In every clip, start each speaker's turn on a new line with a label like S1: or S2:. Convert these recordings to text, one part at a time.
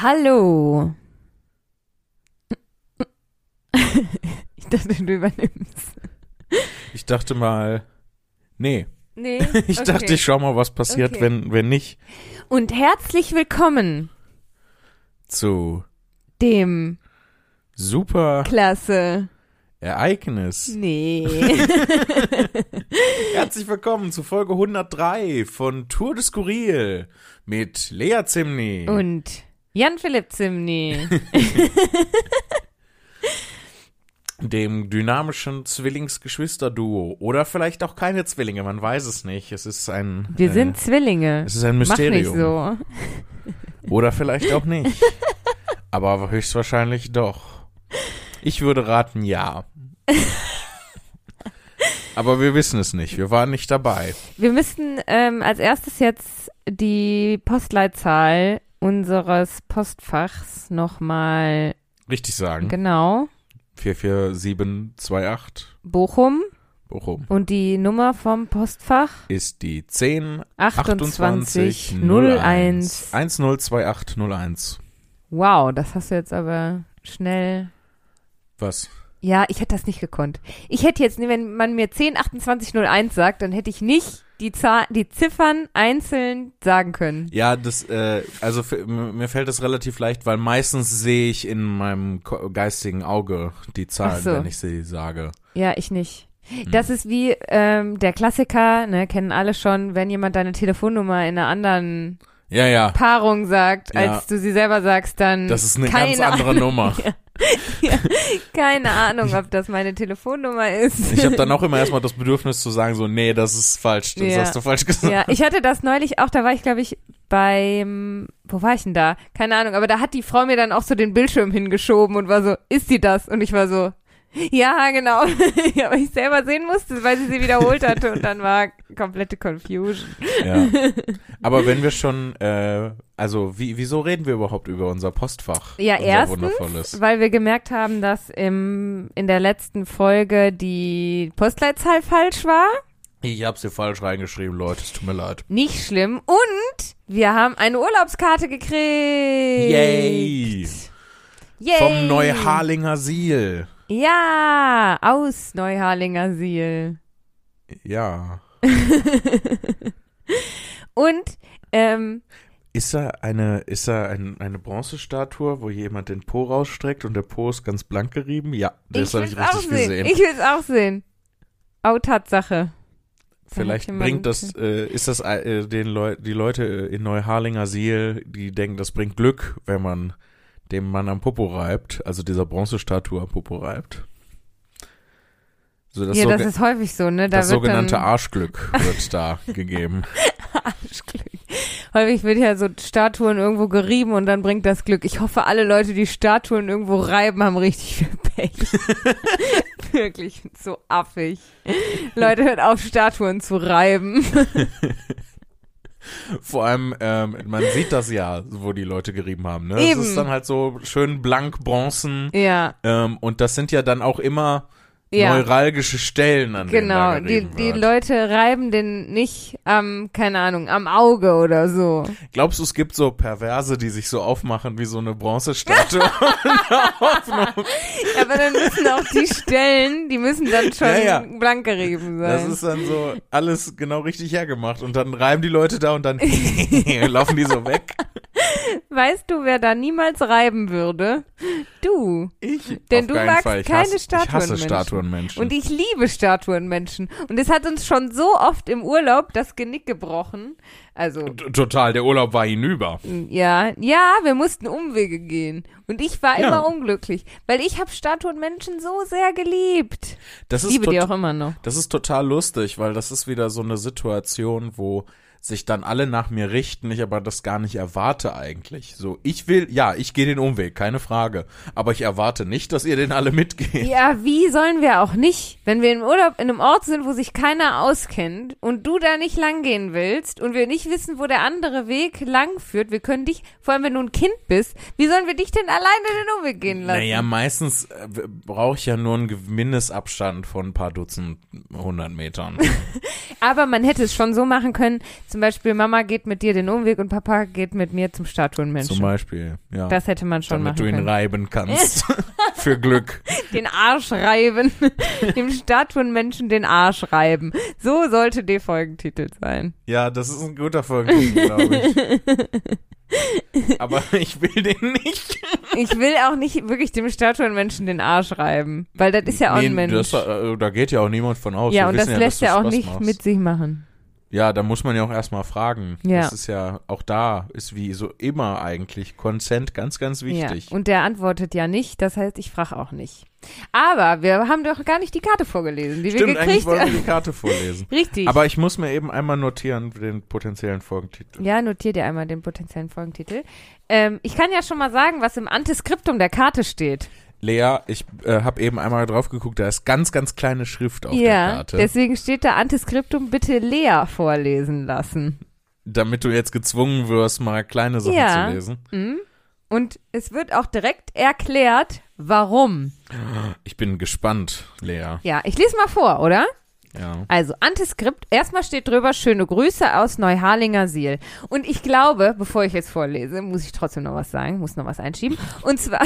S1: Hallo. ich dachte, du übernimmst.
S2: Ich dachte mal, nee.
S1: Nee.
S2: Ich dachte, ich schau mal, was passiert,
S1: Okay.
S2: wenn, wenn nicht.
S1: Und herzlich willkommen
S2: Zu
S1: dem
S2: super
S1: Klasse.
S2: Ereignis.
S1: Nee.
S2: Herzlich willkommen zu Folge 103 von Tour de Skurril mit Lea Zimni.
S1: Und Jan-Philipp Zimny.
S2: dem dynamischen Zwillingsgeschwisterduo. Oder vielleicht auch keine Zwillinge, man weiß es nicht. Es ist ein.
S1: Wir
S2: äh,
S1: sind Zwillinge.
S2: Es ist ein
S1: Mach nicht
S2: Mysterium.
S1: so.
S2: Oder vielleicht auch nicht. Aber höchstwahrscheinlich doch. Ich würde raten, ja. Aber wir wissen es nicht. Wir waren nicht dabei.
S1: Wir müssten ähm, als erstes jetzt die Postleitzahl unseres Postfachs nochmal,
S2: Richtig sagen.
S1: genau,
S2: 44728
S1: Bochum
S2: Bochum
S1: und die Nummer vom Postfach
S2: ist die 10
S1: 28 01
S2: 102801.
S1: Wow, das hast du jetzt aber schnell.
S2: Was?
S1: Ja, ich hätte das nicht gekonnt. Ich hätte jetzt, wenn man mir 102801 sagt, dann hätte ich nicht die, Zahl, die Ziffern einzeln sagen können.
S2: Ja, das, äh, also für, m- mir fällt das relativ leicht, weil meistens sehe ich in meinem ko- geistigen Auge die Zahlen,
S1: so.
S2: wenn ich sie sage.
S1: Ja, ich nicht.
S2: Hm.
S1: Das ist wie ähm, der Klassiker, ne, kennen alle schon, wenn jemand deine Telefonnummer in einer anderen
S2: Ja, ja.
S1: Paarung sagt,
S2: Ja.
S1: als du sie selber sagst, dann
S2: Das ist eine
S1: Hm. keine
S2: ganz andere
S1: Ahnung,
S2: Nummer.
S1: keine Ahnung, ob das meine Telefonnummer ist.
S2: Ich habe dann auch immer erstmal das Bedürfnis zu sagen, so, nee, das ist falsch, das
S1: Ja.
S2: hast du falsch gesagt.
S1: Ja, ich hatte das neulich auch, da war ich, glaube ich, beim, wo war ich denn da? Keine Ahnung, aber da hat die Frau mir dann auch so den Bildschirm hingeschoben und war so, ist sie das? Und ich war so, ja, genau. Ja, aber ich selber sehen musste, weil sie sie wiederholt hatte und dann war komplette Confusion.
S2: Ja. Aber wenn wir schon, äh, also wie, wieso reden wir überhaupt über unser Postfach?
S1: Ja,
S2: unser
S1: erstens,
S2: wundervolles.
S1: Weil wir gemerkt haben, dass im, in der letzten Folge die Postleitzahl falsch war.
S2: Ich habe sie falsch reingeschrieben, Leute, es tut mir leid.
S1: Nicht schlimm. Und wir haben eine Urlaubskarte gekriegt.
S2: Yay!
S1: Yay!
S2: Vom Neuharlinger Siel.
S1: Ja, aus Neuharlinger Siel.
S2: Ja.
S1: Und ähm,
S2: Ist da eine, ist da ein, eine Bronzestatue, wo jemand den Po rausstreckt und der Po ist ganz blank gerieben? Ja, das
S1: ich
S2: habe
S1: will's
S2: ich
S1: auch
S2: richtig
S1: sehen.
S2: gesehen.
S1: Ich will's auch sehen. Oh, Tatsache.
S2: Vielleicht
S1: Da hat jemand-
S2: bringt das, äh, ist das äh, den Leu die Leute äh, in Neuharlinger Siel, die denken, das bringt Glück, wenn man dem Mann am Popo reibt, also dieser Bronzestatue am Popo reibt. So das,
S1: ja,
S2: soge-
S1: das ist häufig so, ne? Da
S2: das
S1: wird
S2: sogenannte
S1: dann,
S2: Arschglück wird da gegeben.
S1: Arschglück. Häufig wird ja so Statuen irgendwo gerieben und dann bringt das Glück. Ich hoffe, alle Leute, die Statuen irgendwo reiben, haben richtig viel Pech. Wirklich so affig. Leute, hört auf, Statuen zu reiben.
S2: Vor allem, ähm, man sieht das ja, wo die Leute gerieben haben. Ne?
S1: Eben.
S2: Das ist dann halt so schön blank Bronzen.
S1: Ja,
S2: Ähm, und das sind ja dann auch immer
S1: ja.
S2: neuralgische Stellen, an denen da
S1: Genau, die,
S2: gerieben
S1: die
S2: wird.
S1: Leute reiben den nicht am, keine Ahnung, am Auge oder so.
S2: Glaubst du, es gibt so Perverse, die sich so aufmachen wie so eine Bronzestatue?
S1: Aber dann müssen auch die Stellen, die müssen dann schon
S2: Ja, ja.
S1: blank gerieben
S2: das
S1: sein.
S2: ist dann so alles genau richtig hergemacht. Und dann reiben die Leute da und dann laufen die so weg.
S1: weißt du, wer da niemals reiben würde? Du.
S2: Ich,
S1: Denn
S2: auf
S1: du
S2: keinen
S1: magst
S2: Fall. Ich
S1: keine
S2: hasse, Ich hasse
S1: Statuenmenschen.
S2: Statuenmenschen.
S1: Und ich liebe Statuenmenschen. Und es hat uns schon so oft im Urlaub das Genick gebrochen. Also,
S2: T- Total, der Urlaub war hinüber.
S1: ja, ja, wir mussten Umwege gehen. Und ich war
S2: Ja.
S1: immer unglücklich, weil ich habe Statuenmenschen so sehr geliebt.
S2: Das ist,
S1: Liebe die
S2: tot-
S1: auch immer noch.
S2: das ist total lustig, weil das ist wieder so eine Situation, wo sich dann alle nach mir richten, ich aber das gar nicht erwarte eigentlich. So, ich will, ja, ich gehe den Umweg, keine Frage. Aber ich erwarte nicht, dass ihr den alle mitgeht.
S1: Ja, wie sollen wir auch nicht, wenn wir im Urlaub in einem Ort sind, wo sich keiner auskennt und du da nicht lang gehen willst und wir nicht wissen, wo der andere Weg lang führt, wir können dich, vor allem wenn du ein Kind bist, wie sollen wir dich denn alleine den Umweg gehen lassen?
S2: Naja, meistens äh, w- brauche ich ja nur einen Ge- Mindestabstand von ein paar Dutzend, hundert Metern.
S1: Aber man hätte es schon so machen können, Zum Beispiel, Mama geht mit dir den Umweg und Papa geht mit mir zum
S2: Zum
S1: Statuenmenschen.
S2: Beispiel, ja.
S1: Das hätte man schon
S2: damit du ihn
S1: machen können.
S2: reiben kannst. Für Glück.
S1: Den Arsch reiben. Dem Statuenmenschen den Arsch reiben. So sollte der Folgentitel sein.
S2: Ja, das ist ein guter Folgentitel, glaube ich. Aber ich will den nicht.
S1: Ich will auch nicht wirklich dem Statuenmenschen den Arsch reiben, weil das ist ja auch ein Mensch.
S2: Das, äh, da geht ja auch niemand von aus.
S1: ja,
S2: Wir
S1: und das
S2: wissen ja,
S1: lässt
S2: dass
S1: er
S2: du
S1: auch
S2: Spaß
S1: nicht
S2: machst.
S1: mit sich machen.
S2: Ja, da muss man ja auch erstmal fragen.
S1: Ja.
S2: Das ist ja auch da, ist wie so immer eigentlich. Consent ganz, ganz wichtig.
S1: Ja, und der antwortet ja nicht, das heißt, ich frage auch nicht. Aber wir haben doch gar nicht die Karte vorgelesen, die
S2: Stimmt,
S1: wir
S2: eigentlich
S1: gekriegt
S2: wollen wir
S1: haben.
S2: die Karte vorlesen.
S1: Richtig.
S2: Aber ich muss mir eben einmal notieren den potenziellen Folgentitel.
S1: ja, notier dir einmal den potenziellen Folgentitel. Ähm, ich kann ja schon mal sagen, was im Antiskriptum der Karte steht.
S2: Lea, ich äh, habe eben einmal drauf geguckt, da ist ganz, ganz kleine Schrift auf der
S1: ja,
S2: Karte.
S1: deswegen steht da Antiskriptum bitte Lea vorlesen lassen.
S2: damit du jetzt gezwungen wirst, mal kleine Sachen
S1: Ja.
S2: zu lesen.
S1: Und es wird auch direkt erklärt, warum.
S2: Ich bin gespannt, Lea.
S1: Ja, ich lese mal vor, oder?
S2: Ja.
S1: Also, Antiskript. Erstmal steht drüber, schöne Grüße aus Neuharlinger Siel. Und ich glaube, bevor ich jetzt vorlese, muss ich trotzdem noch was sagen, muss noch was einschieben. Und zwar,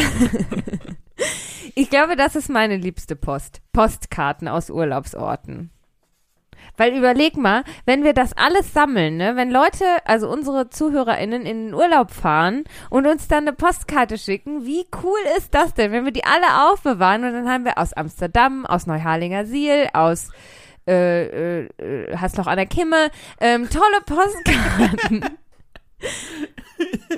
S1: ich glaube, das ist meine liebste Post. Postkarten aus Urlaubsorten. Weil überleg mal, wenn wir das alles sammeln, ne? wenn Leute, also unsere ZuhörerInnen in den Urlaub fahren und uns dann eine Postkarte schicken, wie cool ist das denn, wenn wir die alle aufbewahren und dann haben wir aus Amsterdam, aus Neuharlinger Siel, aus äh, äh, äh, Hasloch an der Kimme, ähm, tolle Postkarten.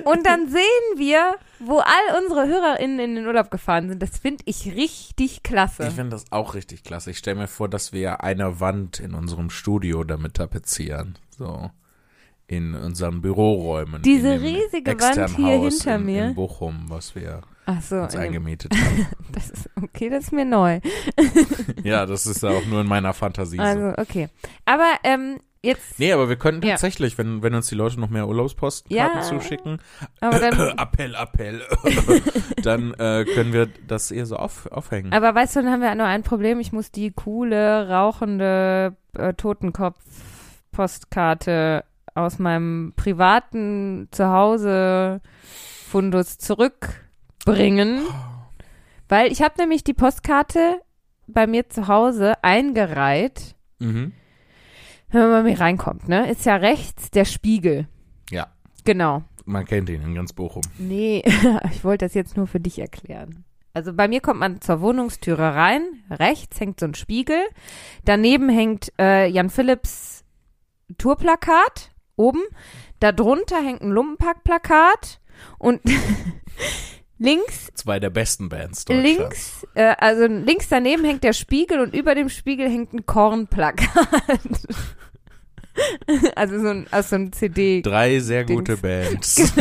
S1: Und dann sehen wir, wo all unsere HörerInnen in den Urlaub gefahren sind. Das finde ich richtig
S2: Ich
S1: klasse.
S2: finde das auch richtig klasse. Ich stelle mir vor, dass wir eine Wand in unserem Studio damit tapezieren. So. In unseren Büroräumen.
S1: Diese
S2: in dem
S1: riesige
S2: externen
S1: Wand hier
S2: Haus
S1: hinter
S2: in,
S1: mir.
S2: In Bochum, was wir
S1: Ach so,
S2: uns
S1: in dem-
S2: eingemietet haben.
S1: das ist okay, das ist mir neu.
S2: ja, das ist ja auch nur in meiner Fantasie so.
S1: Also, okay. Aber ähm, jetzt,
S2: Nee, aber wir könnten
S1: Ja.
S2: tatsächlich, wenn, wenn uns die Leute noch mehr Urlaubspostkarten
S1: Ja.
S2: zuschicken, äh,
S1: aber dann.
S2: Appell, Appell, dann äh, können wir das eher so auf, aufhängen.
S1: Aber weißt du, dann haben wir nur ein Problem. Ich muss die coole, rauchende äh, Totenkopf-Postkarte aus meinem privaten Zuhause-Fundus zurückbringen. Weil ich habe nämlich die Postkarte bei mir zu Hause eingereiht.
S2: mhm.
S1: Wenn man bei mir reinkommt, ne? Ist ja rechts der Spiegel.
S2: Ja.
S1: Genau.
S2: Man kennt ihn in ganz Bochum.
S1: Nee, ich wollte das jetzt nur für dich erklären. Also bei mir kommt man zur Wohnungstüre rein, rechts hängt so ein Spiegel, daneben hängt äh, Jan Philipps Tourplakat oben, darunter hängt ein Lumpenpack-Plakat und links,
S2: Zwei der besten Bands Deutschlands.
S1: links, äh, also links daneben hängt der Spiegel und über dem Spiegel hängt ein Kornplakat. also so ein, also so ein CD.
S2: Drei sehr
S1: Dings.
S2: gute Bands.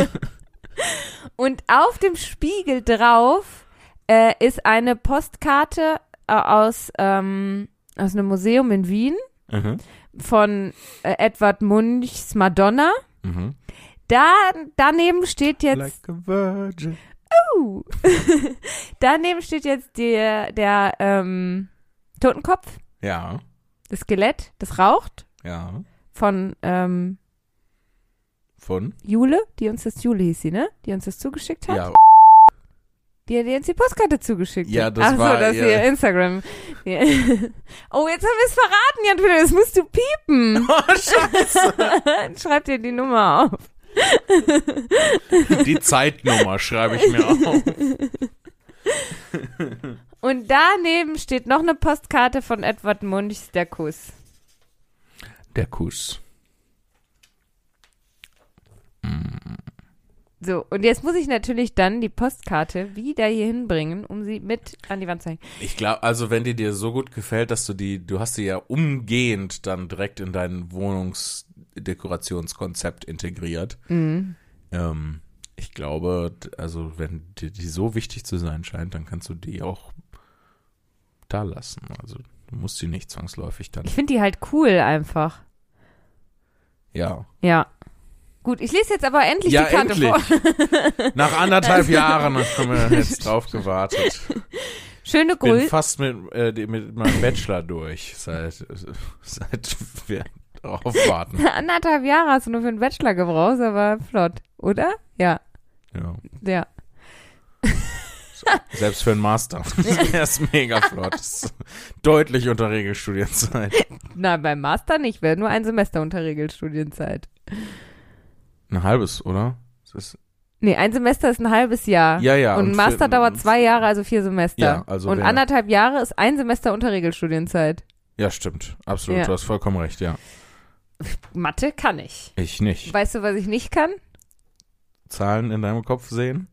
S1: Und auf dem Spiegel drauf äh, ist eine Postkarte äh, aus, ähm, aus einem Museum in Wien
S2: mhm.
S1: von äh, Edward Munchs Madonna.
S2: Mhm.
S1: Da, daneben steht jetzt,
S2: Like a virgin.
S1: uh, daneben steht jetzt der, der ähm, Totenkopf,
S2: Ja,
S1: das Skelett, das raucht
S2: ja.
S1: von ähm,
S2: Von?
S1: Jule, die uns das, Jule hieß sie, ne? Die uns das zugeschickt hat.
S2: Ja.
S1: Die hat uns die Postkarte zugeschickt.
S2: Ja,
S1: hat.
S2: das
S1: Ach
S2: war
S1: so, das ist
S2: ihr-
S1: ihr Instagram. Ja. oh, jetzt haben wir es verraten, Jan Philipp. Das musst du piepen.
S2: Oh, scheiße.
S1: Schreib dir die Nummer auf.
S2: Die Zeitnummer schreibe ich mir auf.
S1: Und daneben steht noch eine Postkarte von Edward Munchs, der Kuss.
S2: Der Kuss.
S1: So, und jetzt muss ich natürlich dann die Postkarte wieder hier hinbringen, um sie mit an die Wand zu hängen.
S2: Ich glaube, also wenn die dir so gut gefällt, dass du die, du hast sie ja umgehend dann direkt in dein Wohnungsdekorationskonzept integriert. Ähm, ich glaube, d- also wenn dir die so wichtig zu sein scheint, dann kannst du die auch da lassen. Also du musst sie nicht zwangsläufig dann.
S1: Ich finde die halt cool einfach.
S2: Ja.
S1: Ja. Gut, ich lese jetzt aber endlich
S2: ja,
S1: die Karte
S2: endlich.
S1: vor.
S2: Nach anderthalb Jahren haben wir jetzt drauf gewartet.
S1: Schöne
S2: bin
S1: Grüße.
S2: fast mit, äh, die- mit meinem Bachelor durch, seit, seit wir drauf warten.
S1: Anderthalb Jahre hast du nur für einen Bachelor gebraucht, aber flott, oder? Ja,
S2: Ja.
S1: ja.
S2: Selbst für einen Master. Der ist mega flott. Ist deutlich unter Regelstudienzeit.
S1: Na, beim Master nicht, weil nur ein Semester unter Regelstudienzeit.
S2: Ein halbes, oder? Das Ist,
S1: Nee, ein Semester ist ein halbes Jahr.
S2: ja, ja.
S1: und ein Master
S2: für-
S1: dauert zwei Jahre, also vier Semester.
S2: Ja, also
S1: und
S2: wer-
S1: anderthalb Jahre ist ein Semester unter Regelstudienzeit.
S2: Ja, stimmt. Absolut.
S1: Ja.
S2: Du hast vollkommen recht, ja.
S1: Mathe kann ich.
S2: Ich nicht.
S1: Weißt du, was ich nicht kann?
S2: Zahlen in deinem Kopf sehen?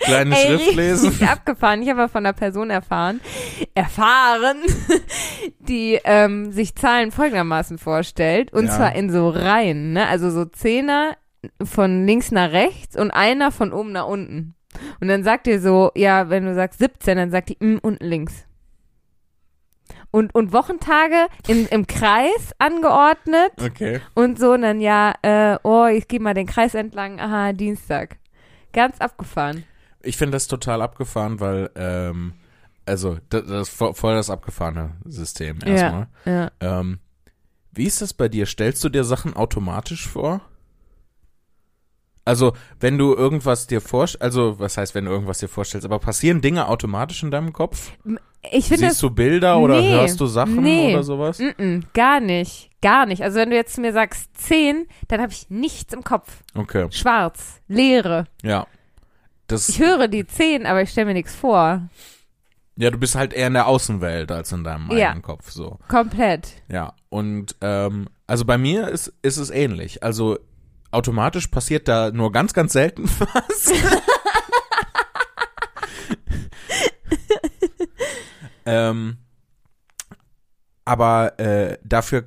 S2: Kleine Schrift lesen?
S1: richtig abgefahren. Ich habe ja von einer Person erfahren, erfahren, die ähm, sich Zahlen folgendermaßen vorstellt. Und
S2: Ja.
S1: zwar in so Reihen, ne? Also so Zehner von links nach rechts und einer von oben nach unten. Und dann sagt ihr so, ja, wenn du sagst 17, dann sagt die mm, unten links. Und, und Wochentage in, im Kreis angeordnet
S2: Okay.
S1: und so, und dann ja, äh, oh, ich gehe mal den Kreis entlang, aha, Dienstag. Ganz abgefahren.
S2: Ich finde das total abgefahren, weil, ähm, also, das, das vo- voll das abgefahrene System erstmal.
S1: Ja.
S2: Ähm, wie ist das bei dir? Stellst du dir Sachen automatisch vor? Also, wenn du irgendwas dir vorstellst, also, was heißt, wenn du irgendwas dir vorstellst, aber passieren Dinge automatisch in deinem Kopf?
S1: Ich finde das
S2: Siehst du Bilder oder
S1: Nee.
S2: hörst du Sachen
S1: Nee. Mhm.
S2: oder sowas?
S1: mm-mm, gar nicht. Gar nicht. Also wenn du jetzt zu mir sagst 10, dann habe ich nichts im Kopf.
S2: Okay,
S1: Schwarz, leere.
S2: ja. Das,
S1: Ich höre die 10, aber ich stelle mir nichts vor.
S2: ja, du bist halt eher in der Außenwelt als in deinem
S1: Ja.
S2: eigenen Kopf, so.
S1: Komplett.
S2: Ja, und ähm, also bei mir ist, ist es ähnlich. Also automatisch passiert da nur ganz, ganz selten was. ähm, aber äh, dafür,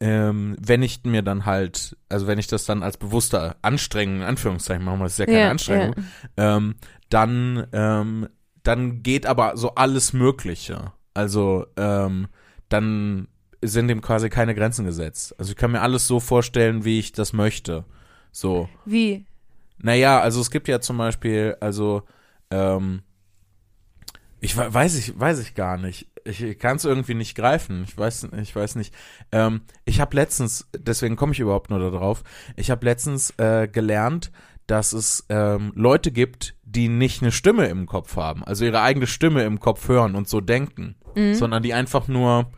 S2: ähm, wenn ich mir dann halt, also wenn ich das dann als bewusster Anstrengung, in Anführungszeichen machen wir, das ist ja keine
S1: Ja,
S2: Anstrengung, ähm, dann, ähm, dann geht aber so alles Mögliche. Also ähm, dann sind dem quasi keine Grenzen gesetzt. Also ich kann mir alles so vorstellen, wie ich das möchte. So.
S1: Wie?
S2: Naja, also es gibt ja zum Beispiel, also, ähm, ich we- weiß ich, weiß ich gar nicht. Ich kann es irgendwie nicht greifen. Ich weiß, ich weiß nicht. Ähm, ich habe letztens, deswegen komme ich überhaupt nur darauf. Ich habe letztens äh, gelernt, dass es ähm, Leute gibt, die nicht eine Stimme im Kopf haben, also ihre eigene Stimme im Kopf hören und so denken,
S1: Mhm.
S2: sondern die einfach nur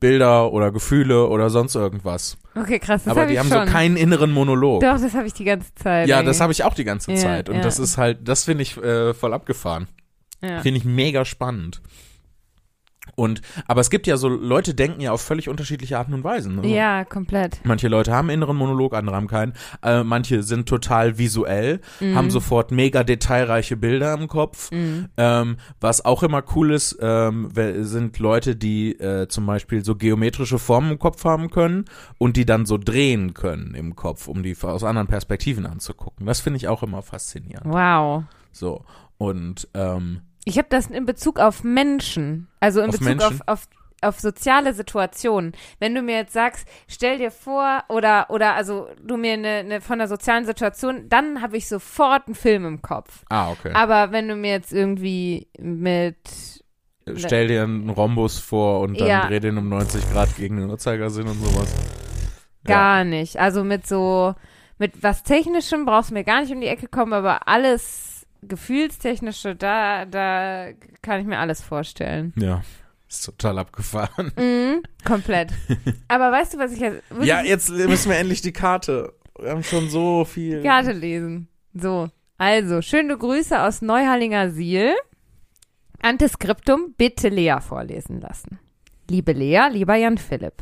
S2: Bilder oder Gefühle oder sonst irgendwas.
S1: Okay, krass. Das
S2: Aber
S1: hab
S2: die
S1: ich
S2: haben
S1: schon.
S2: so keinen inneren Monolog.
S1: Doch, das habe Äh, ich die ganze Zeit.
S2: Ja,
S1: ey.
S2: das habe ich auch die ganze
S1: Ja,
S2: Zeit. Und
S1: ja.
S2: das ist halt, das finde ich äh, voll abgefahren.
S1: ja.
S2: Finde ich mega spannend. Und, aber es gibt ja so, Leute denken ja auf völlig unterschiedliche Arten und Weisen. Ne?
S1: ja, komplett.
S2: Manche Leute haben inneren Monolog, andere haben keinen. Äh, manche sind total visuell,
S1: Mhm. Mm,
S2: haben sofort mega detailreiche Bilder im Kopf. Ähm, was auch immer cool ist, ähm, we- sind Leute, die äh, zum Beispiel so geometrische Formen im Kopf haben können und die dann so drehen können im Kopf, um die aus anderen Perspektiven anzugucken. Das finde ich auch immer faszinierend.
S1: Wow.
S2: So. Und ähm,
S1: Ich habe das in Bezug auf Menschen, also in
S2: Auf
S1: Bezug
S2: Menschen?
S1: auf, auf auf soziale Situationen. Wenn du mir jetzt sagst, stell dir vor oder oder also du mir eine ne, von der sozialen Situation, dann habe ich sofort einen Film im Kopf.
S2: ah, okay.
S1: Aber wenn du mir jetzt irgendwie mit
S2: Stell dir einen Rhombus vor und dann
S1: Ja.
S2: dreh den um 90 Grad gegen den Uhrzeigersinn und sowas.
S1: gar nicht, also mit so mit was technischem brauchst du mir gar nicht um die Ecke kommen, aber alles gefühlstechnische, da da kann ich mir alles vorstellen.
S2: Ja. Ist total abgefahren.
S1: Mhm, komplett. aber weißt du, was ich jetzt wirklich
S2: Ja, jetzt müssen wir endlich die Karte. Wir haben schon so viel.
S1: Karte lesen. So, also, schöne Grüße aus Neuhallinger Siel. Antiskriptum, bitte Lea vorlesen lassen. Liebe Lea, lieber Jan Philipp.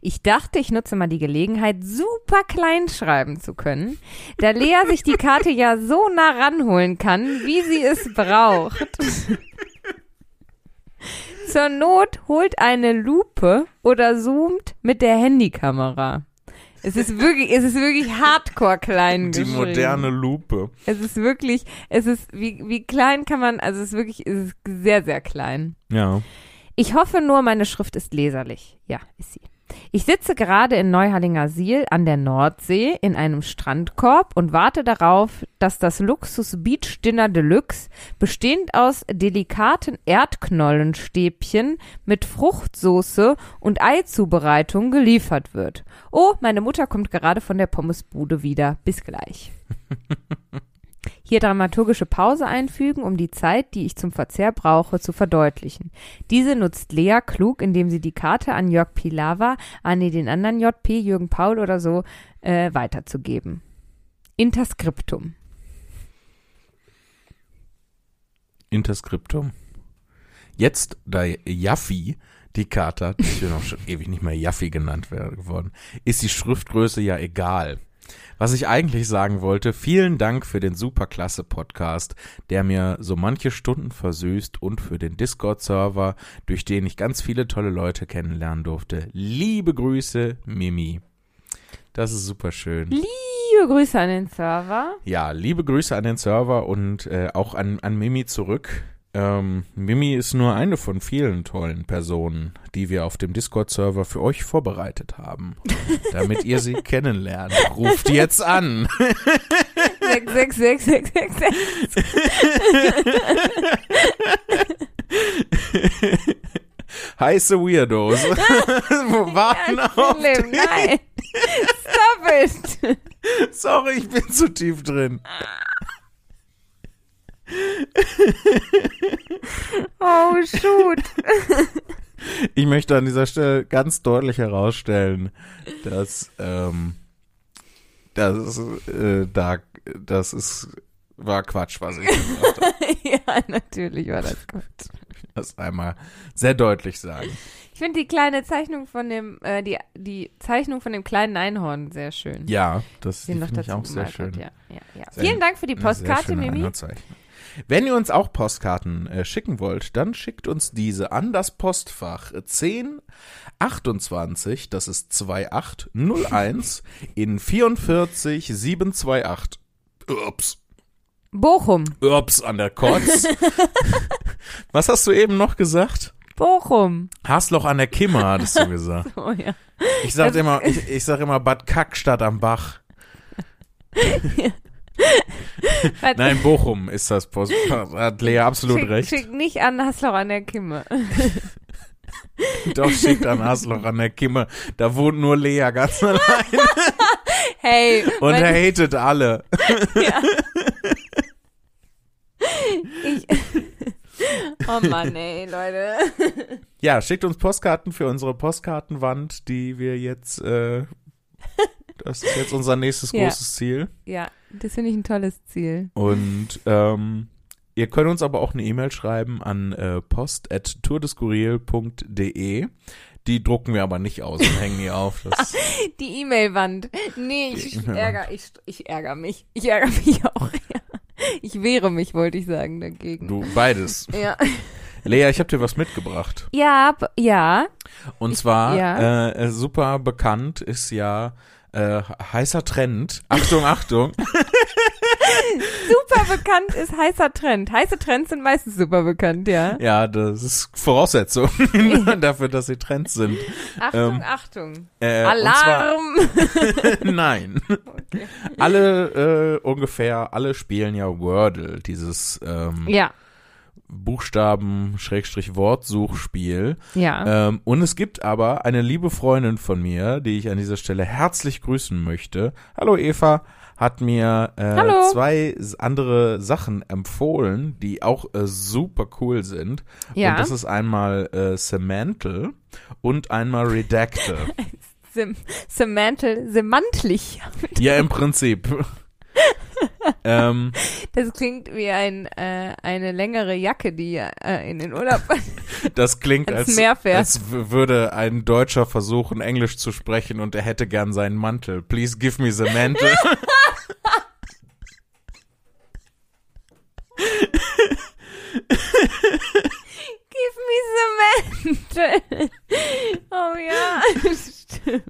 S1: Ich dachte, ich nutze mal die Gelegenheit, super klein schreiben zu können, da Lea sich die Karte ja so nah ranholen kann, wie sie es braucht. Zur Not holt eine Lupe oder zoomt mit der Handykamera. Es ist wirklich, es ist wirklich hardcore klein
S2: Die
S1: geschrieben.
S2: moderne Lupe.
S1: Es ist wirklich, es ist, wie, wie klein kann man, also es ist wirklich, es ist sehr, sehr klein.
S2: Ja.
S1: Ich hoffe nur, meine Schrift ist leserlich. Ja, ist sie. Ich sitze gerade in Neuhallingersiel an der Nordsee in einem Strandkorb und warte darauf, dass das Luxus Beach Dinner Deluxe, bestehend aus delikaten Erdknollenstäbchen mit Fruchtsoße und Eizubereitung, geliefert wird. Oh, meine Mutter kommt gerade von der Pommesbude wieder. Bis gleich. Hier dramaturgische Pause einfügen, um die Zeit, die ich zum Verzehr brauche, zu verdeutlichen. Diese nutzt Lea klug, indem sie die Karte an Jörg Pilawa, an den anderen JP, Jürgen Paul oder so, äh, weiterzugeben. Interskriptum.
S2: Interskriptum. Jetzt, da Jaffi die Karte hat, ich bin auch schon ewig nicht mehr Jaffi genannt wer- geworden, ist die Schriftgröße ja egal. Was ich eigentlich sagen wollte, vielen Dank für den superklasse Podcast, der mir so manche Stunden versüßt und für den Discord-Server, durch den ich ganz viele tolle Leute kennenlernen durfte. Liebe Grüße, Mimi. Das ist super schön.
S1: Liebe Grüße an den Server.
S2: Ja, liebe Grüße an den Server und äh, auch an, an Mimi zurück. Ähm, Mimi ist nur eine von vielen tollen Personen, die wir auf dem Discord-Server für euch vorbereitet haben. Damit ihr sie kennenlernt. Ruft jetzt an.
S1: 66666.
S2: Heiße Weirdos. Wo waren auf
S1: Philipp, nein. Stop it.
S2: den- Sorry, ich bin zu tief drin.
S1: Oh, shoot.
S2: Ich möchte an dieser Stelle ganz deutlich herausstellen, dass ähm, das äh, da das ist war Quatsch, was ich gesagt habe.
S1: ja, natürlich war das gut.
S2: das einmal sehr deutlich sagen.
S1: Ich finde die kleine Zeichnung von dem, äh, die, die Zeichnung von dem kleinen Einhorn sehr schön.
S2: Ja, das
S1: Den
S2: finde
S1: noch
S2: ich
S1: dazu
S2: auch sehr
S1: gemalt
S2: schön.
S1: hat, Ja, ja, ja.
S2: Sehr-
S1: Vielen Dank für die
S2: Eine sehr
S1: Postkarte,
S2: schöne
S1: Mimi.
S2: Einhornzeichnung. Wenn ihr uns auch Postkarten äh, schicken wollt, dann schickt uns diese an das Postfach 1028, das ist 2801 in 44 728. Ups.
S1: Bochum.
S2: Ups, an der Kotz. Was hast du eben noch gesagt?
S1: Bochum.
S2: Hasloch an der Kimmer, hattest du gesagt.
S1: Oh ja.
S2: Ich sag immer, ich, ich sag immer Bad Kack statt am Bach.
S1: Hat-
S2: Nein, Bochum ist das Post. Hat Lea absolut
S1: schick,
S2: recht.
S1: Schick nicht an Hasloch an der Kimme.
S2: Doch schickt an Hasloch an der Kimme. Da wohnt nur Lea ganz allein
S1: Hey.
S2: und
S1: mein-
S2: er hatet alle.
S1: Ich, oh Mann, ey, Leute.
S2: Ja, schickt uns Postkarten für unsere Postkartenwand, die wir jetzt. Äh, das ist jetzt unser nächstes
S1: Ja.
S2: großes Ziel.
S1: Ja, das finde ich ein tolles Ziel.
S2: Und ähm, ihr könnt uns aber auch eine E-Mail schreiben an äh, post.tourdeskuriel.de. Die drucken wir aber nicht aus und hängen die auf. Das,
S1: Die E-Mail-Wand. Nee, ich
S2: Die E-Mail-Wand.
S1: ärgere ich, ich ärgere mich. Ich ärgere mich auch. Ja. Ich wehre mich, wollte ich sagen, dagegen.
S2: du, beides.
S1: Ja.
S2: Lea, ich habe dir was mitgebracht.
S1: Ja, b- ja.
S2: Und zwar,
S1: ja.
S2: äh, äh, super bekannt ist ja äh, heißer Trend. Achtung, Achtung.
S1: Super bekannt ist heißer Trend. Heiße Trends sind meistens super bekannt, ja.
S2: Ja, das ist Voraussetzung dafür, dass sie Trends sind.
S1: Achtung,
S2: Ähm,
S1: Achtung.
S2: Äh,
S1: Alarm!
S2: Und zwar, nein. Alle äh, ungefähr, alle spielen ja Wordle, dieses ähm,
S1: Ja,
S2: Buchstaben-Wortsuchspiel.
S1: ja.
S2: Ähm, und es gibt aber eine liebe Freundin von mir, die ich an dieser Stelle herzlich grüßen möchte. Hallo Eva, hat mir äh,
S1: Hallo.
S2: zwei s- andere Sachen empfohlen, die auch äh, super cool sind.
S1: Ja.
S2: Und das ist einmal äh, Semantle und einmal Redactal.
S1: Sem Semantel, semantlich.
S2: ja, im Prinzip. ähm,
S1: Das klingt wie ein, äh, eine längere Jacke, die äh, in den Urlaub.
S2: das klingt,
S1: Ans
S2: als,
S1: Meer fährt.
S2: als w- würde ein Deutscher versuchen, Englisch zu sprechen und er hätte gern seinen Mantel. Please give me the mantle.
S1: Give me Semantel. Oh ja. Stimmt.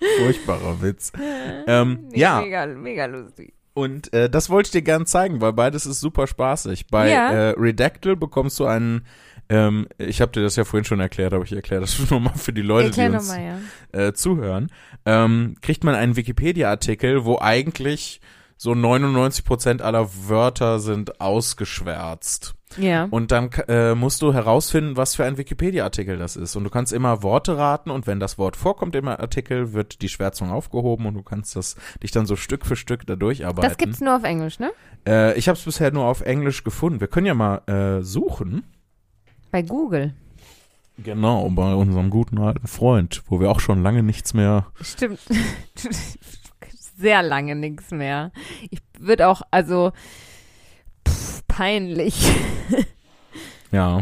S2: Furchtbarer Witz. Ähm,
S1: Nee,
S2: ja,
S1: Mega, mega lustig.
S2: und äh, das wollte ich dir gern zeigen, weil beides ist super spaßig. Bei
S1: Ja.
S2: äh, Redactyl bekommst du einen Ähm, ich habe dir das ja vorhin schon erklärt, aber ich erkläre das nochmal für die Leute,
S1: Erklär
S2: die uns
S1: nochmal, ja.
S2: äh, zuhören, ähm, kriegt man einen Wikipedia-Artikel, wo eigentlich so 99% aller Wörter sind ausgeschwärzt.
S1: Ja.
S2: Und dann k- äh, musst du herausfinden, was für ein Wikipedia-Artikel das ist. Und du kannst immer Worte raten und wenn das Wort vorkommt im Artikel, wird die Schwärzung aufgehoben und du kannst das dich dann so Stück für Stück da durcharbeiten.
S1: Das gibt's nur auf Englisch, ne?
S2: äh, ich habe es bisher nur auf Englisch gefunden. Wir können ja mal äh, suchen.
S1: Bei Google.
S2: Genau, bei unserem guten alten Freund, wo wir auch schon lange nichts mehr
S1: Stimmt. Sehr lange nichts mehr. Ich würde auch, also, pff, peinlich.
S2: Ja,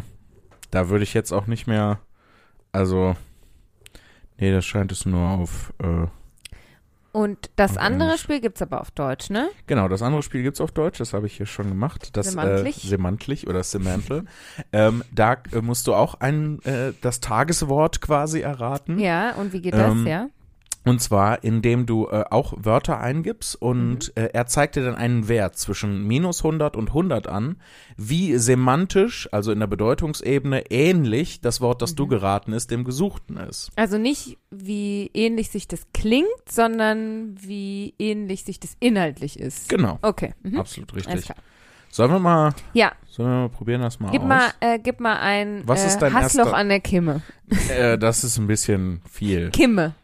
S2: da würde ich jetzt auch nicht mehr. Also, nee, das scheint es nur auf. Äh,
S1: Und das
S2: Auf
S1: andere
S2: Englisch.
S1: Spiel gibt's aber auf Deutsch, ne?
S2: genau, das andere Spiel gibt's auf Deutsch, das habe ich hier schon gemacht. Das,
S1: Semantlich?
S2: Äh, semantlich oder Semantle. ähm, da äh, musst du auch ein, äh, das Tageswort quasi erraten.
S1: Ja, und wie geht
S2: Ähm,
S1: das, ja?
S2: Und zwar, indem du äh, auch Wörter eingibst und
S1: Mhm.
S2: äh, er zeigt dir dann einen Wert zwischen minus 100 und 100 an, wie semantisch, also in der Bedeutungsebene, ähnlich das Wort, das
S1: Mhm.
S2: du geraten ist, dem Gesuchten ist.
S1: Also nicht, wie ähnlich sich das klingt, sondern wie ähnlich sich das inhaltlich ist.
S2: Genau.
S1: Okay. Mhm.
S2: Absolut
S1: Alles
S2: richtig.
S1: klar.
S2: Sollen wir mal,
S1: Ja,
S2: sollen wir mal probieren das mal
S1: gib
S2: aus?
S1: mal, äh, gib mal ein
S2: Was
S1: äh,
S2: ist dein
S1: Hassloch
S2: erster-
S1: an der Kimme.
S2: Äh, das ist ein bisschen viel.
S1: Kimme.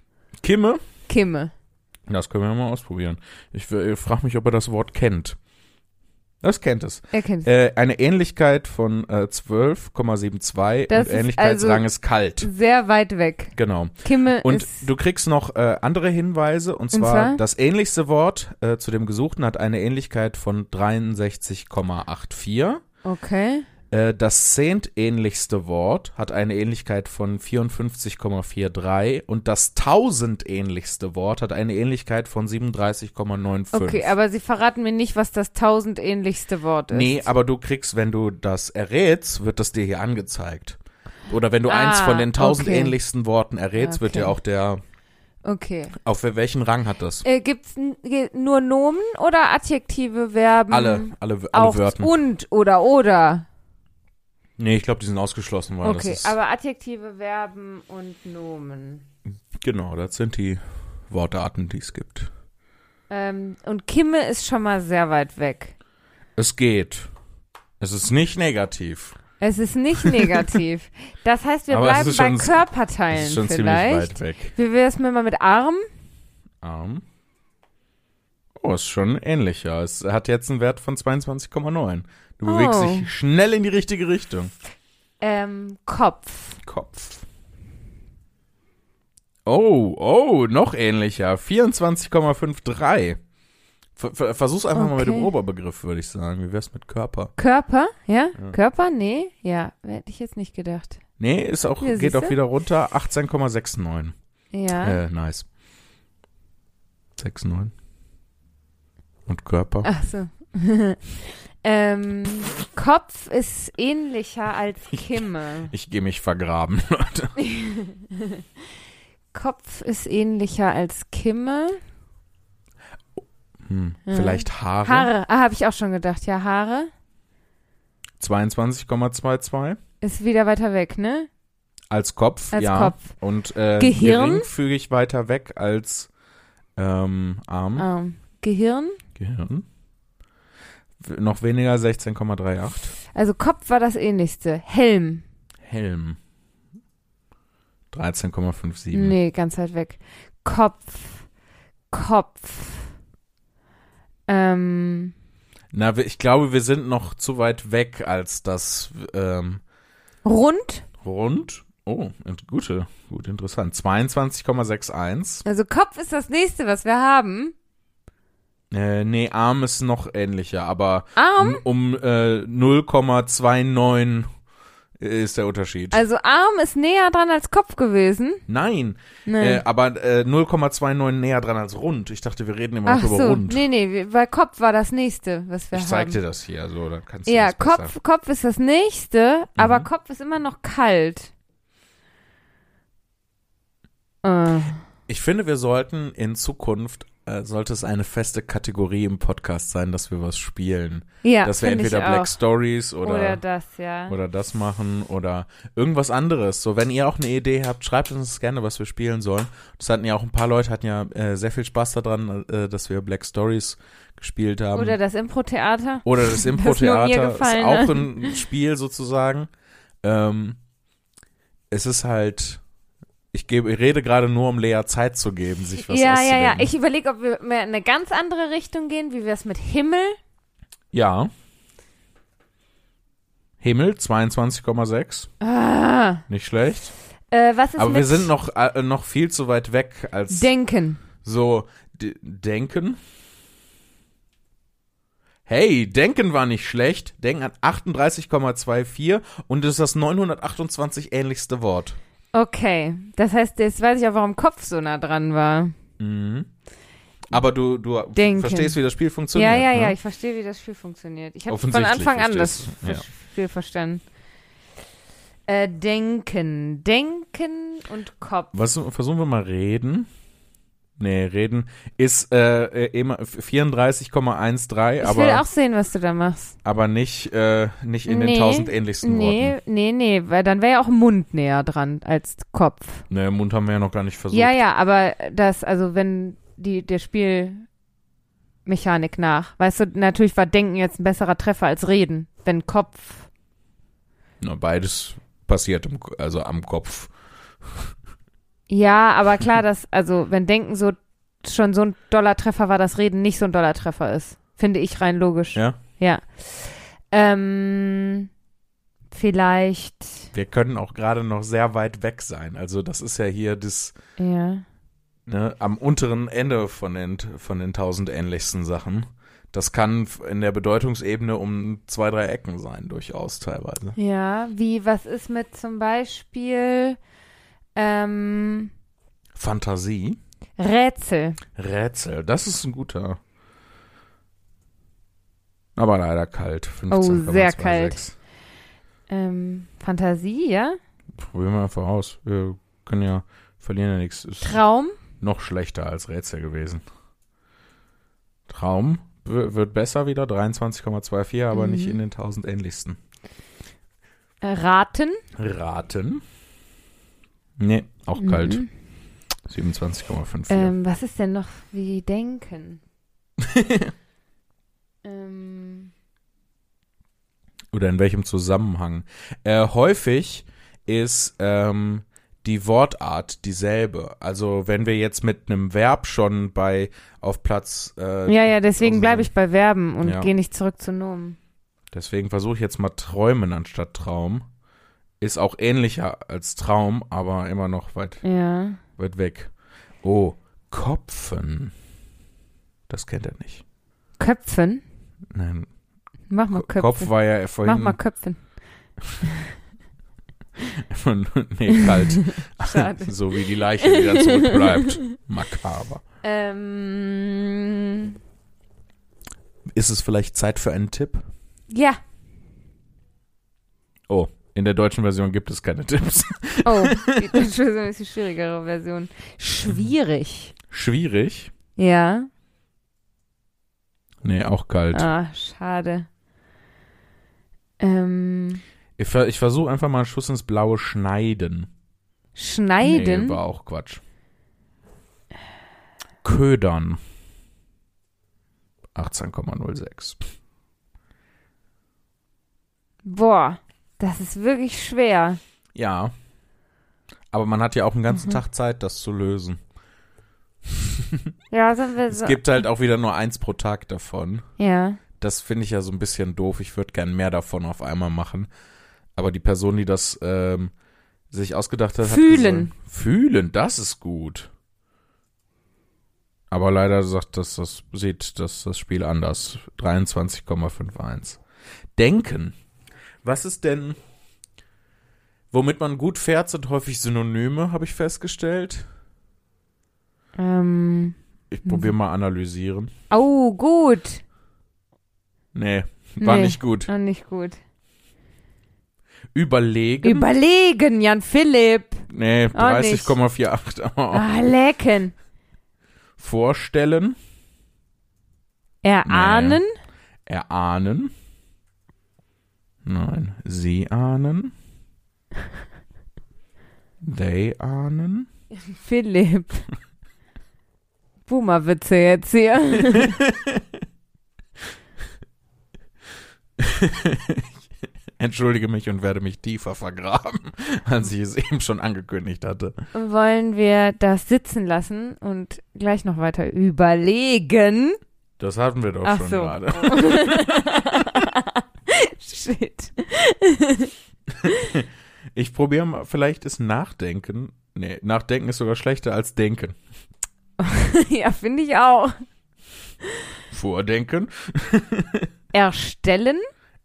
S2: Kimme?
S1: Kimme.
S2: Das können wir ja mal ausprobieren. Ich frage mich, ob er das Wort kennt. Das kennt es.
S1: Er kennt
S2: Äh, eine Ähnlichkeit von äh, 12,72
S1: Das
S2: und
S1: ist also
S2: Ähnlichkeitsrang ist kalt.
S1: Sehr weit weg.
S2: Genau.
S1: Kimme
S2: Und
S1: ist.
S2: du kriegst noch äh, andere Hinweise, und
S1: Und
S2: zwar,
S1: zwar?
S2: das ähnlichste Wort äh, zu dem Gesuchten hat eine Ähnlichkeit von 63,84.
S1: Okay.
S2: Äh, Das zehntähnlichste Wort hat eine Ähnlichkeit von 54,43 und das tausendähnlichste Wort hat eine Ähnlichkeit von 37,95.
S1: Okay, aber sie verraten mir nicht, was das tausendähnlichste Wort ist.
S2: nee, aber du kriegst, wenn du das errätst, wird das dir hier angezeigt. Oder wenn du eins
S1: Ah,
S2: von den
S1: okay.
S2: tausendähnlichsten Worten errätst, wird
S1: Okay.
S2: dir auch der,
S1: Okay.
S2: auf welchen Rang hat das?
S1: Äh, gibt's n- ge- nur Nomen oder Adjektive, Verben?
S2: Alle, alle, alle
S1: Auch
S2: Wörter.
S1: und oder oder.
S2: Nee, ich glaube, die sind ausgeschlossen, weil
S1: okay,
S2: das ist,
S1: aber Adjektive, Verben und Nomen.
S2: genau, das sind die Wortarten, die es gibt.
S1: Ähm, und Kimme ist schon mal sehr weit weg.
S2: Es geht. Es ist nicht negativ.
S1: Es ist nicht negativ. Das heißt, wir
S2: Aber es
S1: bleiben
S2: ist
S1: bei
S2: schon-
S1: Körperteilen
S2: Das ist schon
S1: Ähm, vielleicht.
S2: ziemlich weit weg.
S1: Wie wäre es mir mal mit Arm?
S2: Arm. Oh, ist schon ähnlich, ja. Es hat jetzt einen Wert von 22,9. Du
S1: Oh.
S2: bewegst dich schnell in die richtige Richtung.
S1: Ähm, Kopf.
S2: Kopf. Oh, oh, noch ähnlicher. 24,53. Ver- ver- Versuch's einfach mal mit dem
S1: Okay.
S2: Oberbegriff, würde ich sagen. Wie wär's mit Körper?
S1: Körper, ja? Körper? Nee, ja, hätte ich jetzt nicht gedacht.
S2: Nee, ist auch,
S1: Ja,
S2: geht
S1: siehste.
S2: auch wieder runter. 18,69.
S1: Ja.
S2: Äh, nice. 6,9. Und Körper?
S1: Ach so. ähm, Kopf ist ähnlicher als Kimme.
S2: Ich gehe mich vergraben, Leute.
S1: Kopf ist ähnlicher als Kimme.
S2: Hm.
S1: Ja.
S2: Vielleicht Haare.
S1: Haare, ah, habe ich auch schon gedacht. Ja, Haare
S2: 22,22
S1: ist wieder weiter weg, ne?
S2: als Kopf,
S1: Als
S2: ja.
S1: Kopf.
S2: Und äh,
S1: Gehirn?
S2: geringfügig weiter weg als ähm, Arm.
S1: Ähm, Gehirn.
S2: Gehirn. W noch weniger 16,38.
S1: Also Kopf war das ähnlichste. Helm.
S2: Helm. 13,57.
S1: Nee, ganz weit weg. Kopf. Kopf. Ähm,
S2: Na, wir- ich glaube, wir sind noch zu weit weg als das ähm,
S1: rund.
S2: Rund. Oh, int- gute, gut, interessant. 22,61.
S1: Also Kopf ist das nächste, was wir haben.
S2: Äh, nee, Arm ist noch ähnlicher, aber
S1: Arm.
S2: um, um äh, 0,29 äh, ist der Unterschied.
S1: Also Arm ist näher dran als Kopf gewesen.
S2: Nein,
S1: Nee.
S2: äh, aber äh, 0,29 näher dran als rund. Ich dachte, wir reden immer
S1: Ach
S2: noch über
S1: so,
S2: rund.
S1: nee, nee, wir- weil Kopf war das nächste, was wir
S2: ich zeig
S1: haben.
S2: dir das hier, so, dann kannst du
S1: ja,
S2: das besser.
S1: Kopf, Kopf ist das nächste, aber
S2: Mhm.
S1: Kopf ist immer noch kalt. Äh,
S2: Ich finde, wir sollten in Zukunft äh, äh, sollte es eine feste Kategorie im Podcast sein, dass wir was spielen.
S1: Ja,
S2: dass wir
S1: find
S2: entweder
S1: ich
S2: Black
S1: auch.
S2: Stories oder,
S1: Oder das, ja.
S2: oder das machen oder irgendwas anderes. So, wenn ihr auch eine Idee habt, schreibt uns gerne, was wir spielen sollen. Das hatten ja auch ein paar Leute, hatten ja äh, sehr viel Spaß daran, äh, dass wir Black Stories gespielt haben.
S1: Oder das Impro-Theater.
S2: Oder das
S1: nur mir
S2: Impro-Theater ist
S1: gefallen ne?
S2: auch
S1: hat.
S2: ein Spiel sozusagen. Ähm, es ist halt, ich, gebe, ich rede gerade nur, um Lea Zeit zu geben, sich was
S1: ja, ja,
S2: auszudenken.
S1: ja. Ich überlege, ob wir mehr in eine ganz andere Richtung gehen, wie wir es mit Himmel.
S2: ja. Himmel 22,6,
S1: Ah,
S2: nicht schlecht.
S1: äh, was ist
S2: Aber
S1: mit
S2: wir sind noch, äh, noch viel zu weit weg als
S1: Denken?
S2: so d- denken. Hey, denken war nicht schlecht. Denken hat 38,24 und ist das 928 ähnlichste Wort.
S1: Okay. Das heißt, jetzt weiß ich auch, warum Kopf so nah dran war.
S2: Mhm. Aber du, du
S1: Denken.
S2: verstehst, wie das Spiel funktioniert.
S1: Ja, ja,
S2: ne?
S1: ja. Ich verstehe, wie das Spiel funktioniert. Ich habe von
S2: Offensichtlich
S1: Anfang an das
S2: verstehst du,
S1: Ver-
S2: ja.
S1: Spiel verstanden. Äh, denken. Denken und Kopf.
S2: Was, versuchen wir mal reden. Nee, reden ist äh, äh, immer 34,13,
S1: Ich will
S2: aber,
S1: auch sehen, was du da machst.
S2: aber nicht, äh, nicht in den
S1: Nee.
S2: 1000 ähnlichsten Worten.
S1: Nee, nee, nee, weil dann wäre ja auch Mund näher dran als Kopf.
S2: Nee, Mund haben wir ja noch gar nicht versucht.
S1: Ja, ja, aber das, also wenn die, der Spielmechanik nach. Weißt du, natürlich war Denken jetzt ein besserer Treffer als Reden, wenn Kopf.
S2: Na, beides passiert im, Ko- also am Kopf.
S1: Ja, aber klar, dass, also wenn Denken so schon so ein doller Treffer war, dass Reden nicht so ein doller Treffer ist. Finde ich rein logisch.
S2: Ja.
S1: Ja. Ähm, vielleicht,
S2: Wir können auch gerade noch sehr weit weg sein. Also das ist ja hier das
S1: ja.
S2: ne, am unteren Ende von den von den 1000 ähnlichsten Sachen. Das kann f- in der Bedeutungsebene um zwei drei Ecken sein durchaus teilweise.
S1: Ja, wie, was ist mit zum Beispiel ähm,
S2: Fantasie,
S1: Rätsel?
S2: Rätsel, das ist ein guter. Aber leider kalt. 15,26.
S1: Oh, sehr kalt. Ähm, Fantasie, ja?
S2: Probieren wir einfach aus. Wir können ja verlieren ja nichts. Ist-
S1: Traum?
S2: noch schlechter als Rätsel gewesen. Traum w- wird besser wieder, 23,24, aber
S1: Mhm.
S2: nicht in den 1000 ähnlichsten.
S1: Äh, raten?
S2: Raten? Nee, auch kalt.
S1: Mhm.
S2: 27,54.
S1: Ähm, was ist denn noch wie denken? ähm,
S2: Oder in welchem Zusammenhang? Äh, häufig ist ähm, die Wortart dieselbe. Also wenn wir jetzt mit einem Verb schon bei auf Platz äh,
S1: ja, ja, deswegen
S2: also-
S1: bleibe ich bei Verben und
S2: Ja.
S1: gehe nicht zurück zu Nomen.
S2: Deswegen versuche ich jetzt mal träumen anstatt Traum. Ist auch ähnlicher als Traum, aber immer noch weit,
S1: Ja.
S2: weit weg. Oh, Kopfen. Das kennt er nicht.
S1: Köpfen?
S2: Nein,
S1: Mach mal
S2: K-
S1: Köpfen.
S2: Kopf war ja
S1: Mach
S2: vorhin.
S1: mal Köpfen.
S2: nee, kalt.
S1: Schade.
S2: halt so wie die Leiche wieder zurückbleibt. Makaber.
S1: ähm,
S2: Ist es vielleicht Zeit für einen Tipp?
S1: ja.
S2: In der deutschen Version gibt es keine Tipps.
S1: Oh, die deutsche Version ist die schwierigere Version. Schwierig.
S2: Schwierig.
S1: Ja.
S2: Nee, auch kalt.
S1: Ah, schade. Ähm,
S2: Ich, ver ich versuche einfach mal einen Schuss ins Blaue schneiden.
S1: schneiden.
S2: Nee, war auch Quatsch. Ködern. 18,06.
S1: Boah, das ist wirklich schwer.
S2: Ja. Aber man hat ja auch einen ganzen
S1: Mhm.
S2: Tag Zeit, das zu lösen.
S1: Ja, sind wir
S2: Es
S1: so.
S2: gibt halt auch wieder nur eins pro Tag davon.
S1: ja.
S2: Das finde ich ja so ein bisschen doof. Ich würde gern mehr davon auf einmal machen. Aber die Person, die das ähm, sich ausgedacht hat,
S1: Fühlen.
S2: hat gesagt, fühlen, das ist gut. Aber leider sagt das, das sieht das, das Spiel anders. 23,51. Denken. Was ist denn, womit man gut fährt, sind häufig Synonyme, habe ich festgestellt.
S1: Ähm,
S2: Ich probiere mal analysieren.
S1: oh, gut.
S2: Nee, war
S1: Nee.
S2: nicht gut.
S1: Oh, nicht gut.
S2: Überlegen.
S1: Überlegen, Jan Philipp.
S2: Nee,
S1: Auch nicht.
S2: Oh. Ah. 30,48. aber auch-
S1: Ah, lecken.
S2: vorstellen,
S1: Erahnen?
S2: erahnen. Nein, sie ahnen. They ahnen.
S1: Philipp. Boomerwitze jetzt hier.
S2: Entschuldige mich und werde mich tiefer vergraben, als ich es eben schon angekündigt hatte.
S1: Wollen wir das sitzen lassen und gleich noch weiter überlegen?
S2: Das hatten wir doch
S1: Ach
S2: schon
S1: so.
S2: gerade.
S1: Shit.
S2: Ich probiere mal, vielleicht ist Nachdenken. Nee, Nachdenken ist sogar schlechter als Denken.
S1: ja, finde ich auch.
S2: Vordenken,
S1: Erstellen?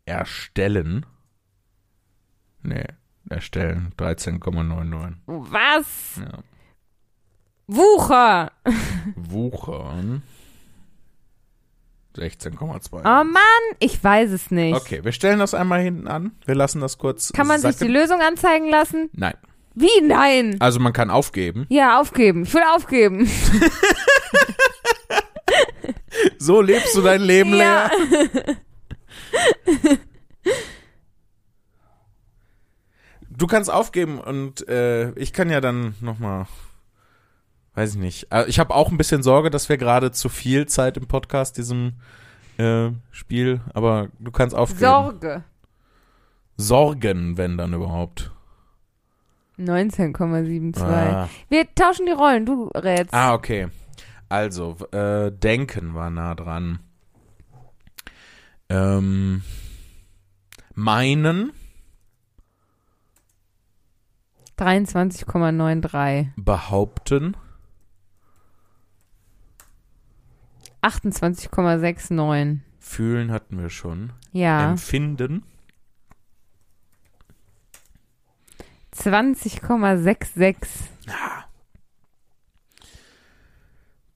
S2: erstellen. Nee, erstellen, 13,99.
S1: Was?
S2: Ja.
S1: Wucher!
S2: Wuchern, 16,2.
S1: Oh Mann, ich weiß es nicht.
S2: Okay, wir stellen das einmal hinten an. Wir lassen das kurz.
S1: Kann man sich die
S2: sacken.
S1: Lösung anzeigen lassen?
S2: Nein.
S1: Wie? Nein!
S2: Also man kann aufgeben.
S1: Ja, aufgeben. Ich will aufgeben.
S2: So lebst du dein Leben
S1: Ja.
S2: leer. Du kannst aufgeben und äh, ich kann ja dann nochmal. Weiß ich nicht. Äh, Ich habe auch ein bisschen Sorge, dass wir gerade zu viel Zeit im Podcast diesem äh, Spiel, aber du kannst aufgeben.
S1: Sorge.
S2: Sorgen, wenn dann überhaupt.
S1: 19,72.
S2: Ah.
S1: Wir tauschen die Rollen, du rätst.
S2: Ah, okay. Also, w- äh, Denken war nah dran. Ähm, meinen,
S1: 23,93.
S2: behaupten,
S1: 28,69.
S2: fühlen hatten wir schon.
S1: Ja.
S2: Empfinden,
S1: 20,66.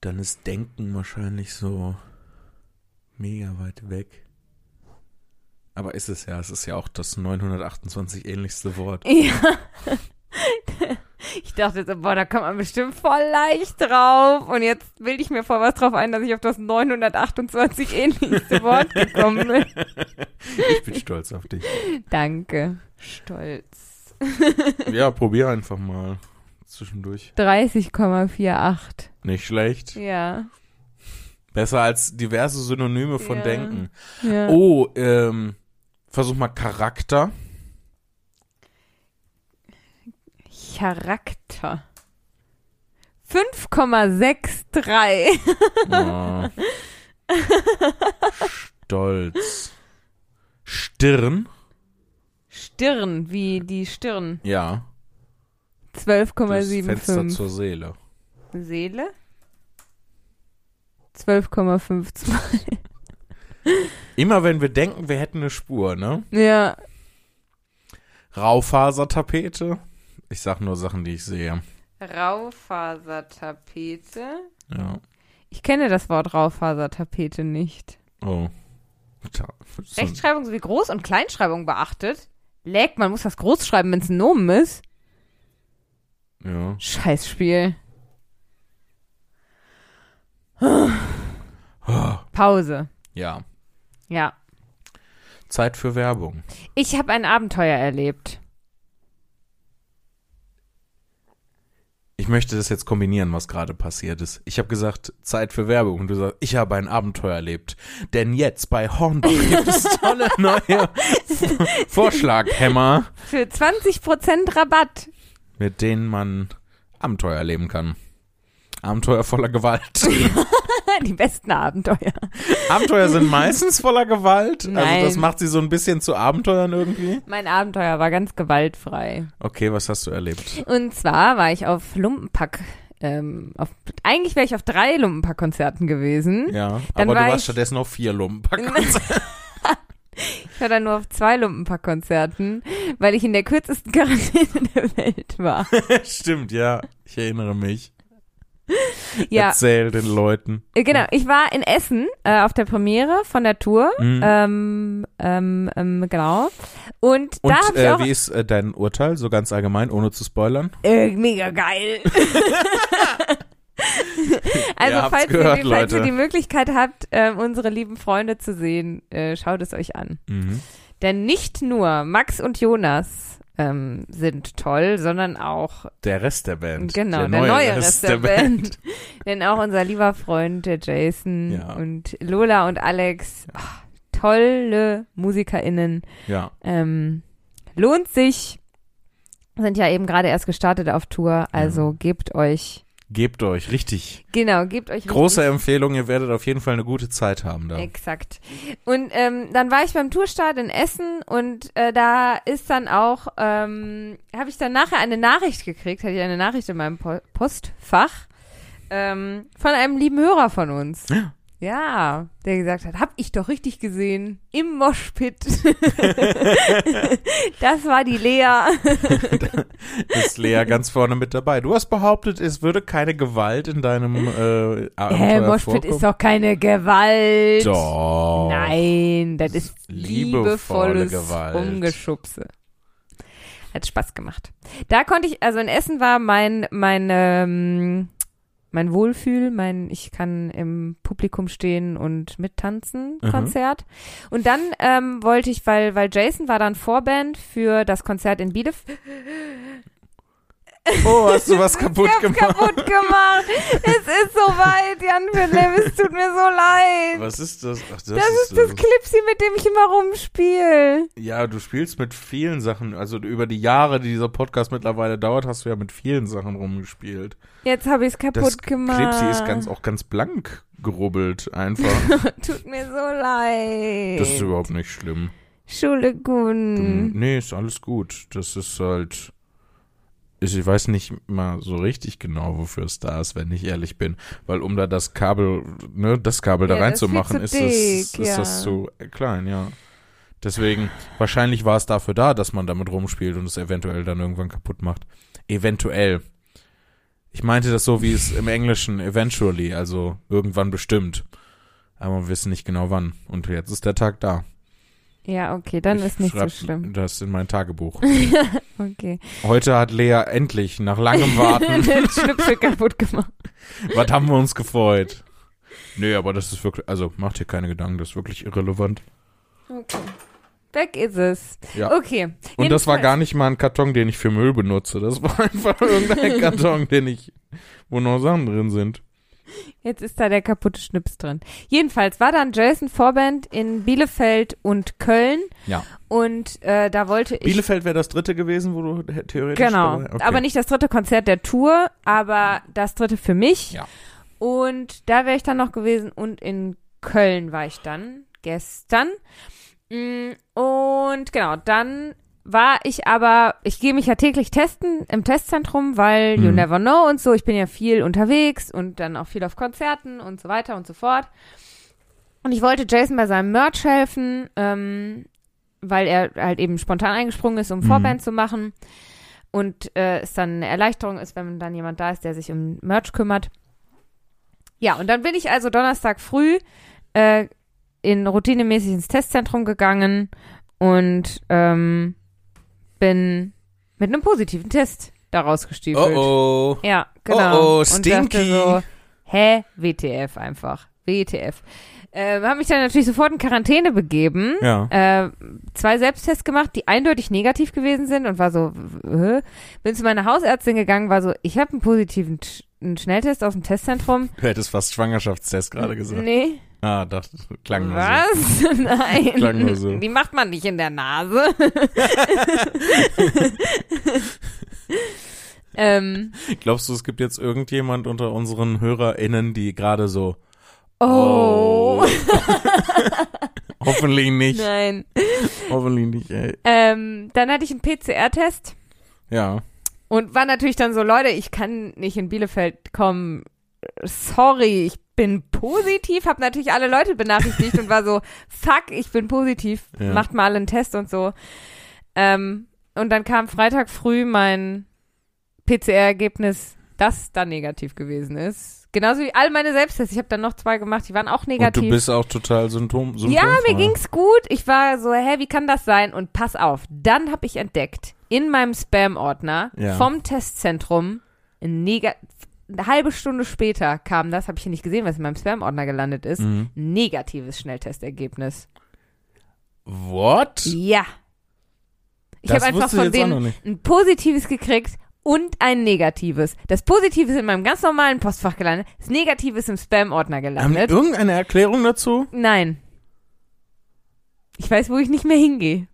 S2: dann ist Denken wahrscheinlich so mega weit weg. Aber ist es ja, es ist ja auch das 928 ähnlichste Wort.
S1: Ja. Ich dachte jetzt, boah, da kommt man bestimmt voll leicht drauf. Und jetzt bilde ich mir voll was drauf ein, dass ich auf das 928 ähnlichste Wort gekommen bin.
S2: Ich bin stolz auf dich.
S1: Danke. Stolz.
S2: Ja, probier einfach mal zwischendurch.
S1: 30,48.
S2: Nicht schlecht.
S1: Ja.
S2: Besser als diverse Synonyme von
S1: Ja.
S2: Denken.
S1: ja.
S2: Oh, ähm, versuch mal Charakter.
S1: Charakter. 5,63.
S2: Oh. Stolz. Stirn.
S1: Stirn, wie die Stirn.
S2: Ja. Das Fenster
S1: 12,75.
S2: zur Seele.
S1: Seele? 12,52.
S2: Immer wenn wir denken, wir hätten eine Spur, ne?
S1: Ja,
S2: Raufasertapete. Ich sag nur Sachen, die ich sehe.
S1: Raufasertapete.
S2: Ja.
S1: Ich kenne das Wort Raufasertapete nicht.
S2: Oh. Ta- so-
S1: Rechtschreibung sowie Groß- und Kleinschreibung beachtet. Leck, man muss das groß schreiben, wenn es ein Nomen ist.
S2: Ja.
S1: Scheißspiel. Pause.
S2: Ja.
S1: Ja.
S2: Zeit für Werbung.
S1: Ich habe ein Abenteuer erlebt.
S2: Ich möchte das jetzt kombinieren, was gerade passiert ist. Ich habe gesagt, Zeit für Werbung. Und du sagst, ich habe ein Abenteuer erlebt. Denn jetzt bei Hornbach gibt es tolle neue Vorschlaghämmer,
S1: Für 20% Rabatt.
S2: mit denen man Abenteuer erleben kann. Abenteuer voller Gewalt.
S1: Die besten Abenteuer.
S2: Abenteuer sind meistens voller Gewalt.
S1: Nein.
S2: Also das macht sie so ein bisschen zu Abenteuern irgendwie.
S1: Mein Abenteuer war ganz gewaltfrei.
S2: Okay, was hast du erlebt?
S1: Und zwar war ich auf Lumpenpack. Ähm, auf, eigentlich wäre ich auf drei Lumpenpack-Konzerten gewesen.
S2: Ja,
S1: Dann
S2: aber
S1: war
S2: du warst
S1: ich-
S2: stattdessen auf vier Lumpen.
S1: Ich war dann nur auf zwei Lumpenpack-Konzerten, weil ich in der kürzesten Quarantäne der Welt war.
S2: Stimmt, ja. Ich erinnere mich.
S1: Ja,
S2: Erzähl den Leuten.
S1: äh, genau. Ich war in Essen äh, auf der Premiere von der Tour.
S2: Mhm.
S1: Ähm, ähm, ähm, genau. Und,
S2: Und
S1: da habe ich
S2: äh,
S1: auch
S2: wie ist äh, dein Urteil, so ganz allgemein, ohne zu spoilern?
S1: äh, mega geil. also
S2: ihr habt's
S1: falls,
S2: gehört,
S1: ihr, falls ihr
S2: Leute.
S1: die Möglichkeit habt, ähm, unsere lieben Freunde zu sehen, äh, schaut es euch an.
S2: Mhm.
S1: Denn nicht nur Max und Jonas ähm, sind toll, sondern auch
S2: Der Rest der Band.
S1: genau der, neue, Rest der Band. Denn auch unser lieber Freund der Jason
S2: Ja.
S1: und Lola und Alex, ach, tolle MusikerInnen.
S2: Ja,
S1: Ähm, lohnt sich. Sind ja eben gerade erst gestartet auf Tour, also gebt euch,
S2: gebt euch richtig.
S1: genau, gebt euch
S2: Große Empfehlung, ihr werdet auf jeden Fall eine gute Zeit haben da.
S1: Exakt. Und ähm, dann war ich beim Tourstart in Essen und äh, da ist dann auch, ähm, habe ich dann nachher eine Nachricht gekriegt, hatte ich eine Nachricht in meinem po Postfach ähm, von einem lieben Hörer von uns.
S2: Ja.
S1: Ja, der gesagt hat, hab ich doch richtig gesehen, im Moshpit. das war die Lea.
S2: Ist Lea ganz vorne mit dabei. Du hast behauptet, es würde keine Gewalt in deinem äh,
S1: Hä,
S2: Abenteuer
S1: Moshpit
S2: vorkommen.
S1: ist doch keine Gewalt.
S2: Doch.
S1: Nein, das ist
S2: Oh, Liebevolle
S1: liebevolles
S2: Gewalt.
S1: Umgeschubse. Hat Spaß gemacht. Da konnte ich, also in Essen war mein, mein, ähm, mein Wohlfühl, mein Ich kann im Publikum stehen und mittanzen
S2: Mhm.
S1: Konzert. Und dann ähm, wollte ich, weil, weil Jason war dann Vorband für das Konzert in Bielefeld.
S2: Oh, hast du was kaputt
S1: Ich hab's
S2: gemacht?
S1: kaputt gemacht. es ist soweit, Jan Philipp, es tut mir so leid.
S2: Was ist das? Ach, das,
S1: Das ist das Clipsy, mit dem ich immer rumspiel.
S2: Ja, du spielst mit vielen Sachen. Also über die Jahre, die dieser Podcast mittlerweile dauert, hast du ja mit vielen Sachen rumgespielt.
S1: Jetzt habe ich es kaputt
S2: Das
S1: gemacht.
S2: Klipsi ist ganz, auch ganz blank gerubbelt einfach.
S1: Tut mir so leid.
S2: Das ist Hm. überhaupt nicht schlimm.
S1: Schule Mhm.
S2: Du- Nee, ist alles gut. Das ist halt. Ich ich weiß nicht mal so richtig genau, wofür es da ist, wenn ich ehrlich bin. Weil um da das Kabel, ne, das Kabel da
S1: Ja, das ist viel
S2: reinzumachen,
S1: zu
S2: ist, das,
S1: dick,
S2: ist
S1: ja.
S2: das zu klein, ja. Deswegen, wahrscheinlich war es dafür da, dass man damit rumspielt und es eventuell dann irgendwann kaputt macht. Eventuell. Ich meinte das so, wie es im Englischen eventually, also irgendwann bestimmt. Aber wir wissen nicht genau wann. Und jetzt ist der Tag da.
S1: Ja, okay, dann
S2: Ich
S1: ist nicht so
S2: schreib
S1: schlimm.
S2: Das in mein Tagebuch.
S1: Okay.
S2: Heute hat Lea endlich nach langem Warten,
S1: Den Schnipsel kaputt gemacht.
S2: was haben wir uns gefreut? Nö, aber das ist wirklich, also macht dir keine Gedanken, das ist wirklich irrelevant.
S1: Weg ist es.
S2: Ja.
S1: Okay.
S2: Und das war
S1: Jedenfalls-
S2: gar nicht mal ein Karton, den ich für Müll benutze. Das war einfach irgendein Karton, den ich, wo noch Sachen drin sind.
S1: Jetzt ist da der kaputte Schnips drin. Jedenfalls war dann Jason Vorband in Bielefeld und Köln.
S2: Ja.
S1: Und äh, da wollte ich.
S2: Bielefeld wäre das dritte gewesen, wo du he- theoretisch.
S1: Genau.
S2: dabei-
S1: Aber nicht das dritte Konzert der Tour, aber das dritte für mich.
S2: Ja.
S1: Und da wäre ich dann noch gewesen und in Köln war ich dann gestern. Mm, Und genau, dann war ich aber, ich gehe mich ja täglich testen im Testzentrum, weil you
S2: Mhm.
S1: never know und so. Ich bin ja viel unterwegs und dann auch viel auf Konzerten und so weiter und so fort. Und ich wollte Jason bei seinem Merch helfen, ähm, weil er halt eben spontan eingesprungen ist,
S2: Mhm.
S1: um Vorband zu machen. Und äh, es dann eine Erleichterung ist, wenn dann jemand da ist, der sich um Merch kümmert. Ja, und dann bin ich also Donnerstag früh äh, in routinemäßig ins Testzentrum gegangen und ähm, bin mit einem positiven Test da rausgestiefelt.
S2: Oh oh.
S1: Ja, genau.
S2: Oh, oh,
S1: und dachte
S2: stinky.
S1: so, hä, WTF einfach. WTF. Äh, habe mich dann natürlich sofort in Quarantäne begeben.
S2: Ja.
S1: Äh, zwei Selbsttests gemacht, die eindeutig negativ gewesen sind und war so, w- hä? bin zu meiner Hausärztin gegangen, war so, ich habe einen positiven Sch- einen Schnelltest aus dem Testzentrum.
S2: Du hättest fast Schwangerschaftstest gerade gesagt.
S1: Nee.
S2: Ah, das klang nur so.
S1: Was? Nein.
S2: Klang nur so.
S1: Die macht man nicht in der Nase. ähm,
S2: Glaubst du, es gibt jetzt irgendjemand unter unseren HörerInnen, die gerade so,
S1: oh.
S2: hoffentlich nicht,
S1: Nein.
S2: hoffentlich nicht, ey.
S1: Ähm, dann hatte ich einen PCR-Test
S2: Ja.
S1: und war natürlich dann so, Leute, ich kann nicht in Bielefeld kommen. Sorry, ich bin positiv, habe natürlich alle Leute benachrichtigt und war so, fuck, ich bin positiv,
S2: Ja.
S1: macht mal einen Test und so. Ähm, und dann kam Freitag früh mein PCR-Ergebnis, das dann negativ gewesen ist. Genauso wie all meine Selbsttests. Ich habe dann noch zwei gemacht, die waren auch negativ.
S2: Und du bist auch total symptom, symptomfrei.
S1: Ja, mir ging's gut. Ich war so, hä, wie kann das sein? Und pass auf, dann habe ich entdeckt, in meinem Spam-Ordner
S2: Ja.
S1: vom Testzentrum ein nega eine halbe Stunde später kam das, habe ich hier nicht gesehen, was in meinem Spam-Ordner gelandet ist,
S2: Mhm.
S1: negatives Schnelltestergebnis.
S2: What?
S1: Ja. Ich
S2: Das
S1: habe einfach
S2: wusste ich
S1: von
S2: jetzt auch noch
S1: denen
S2: nicht.
S1: ein positives gekriegt und ein negatives. Das Positive ist in meinem ganz normalen Postfach gelandet, das Negative ist im Spam-Ordner
S2: Haben die
S1: gelandet.
S2: irgendeine Erklärung dazu?
S1: Nein. Ich weiß, wo ich nicht mehr hingehe.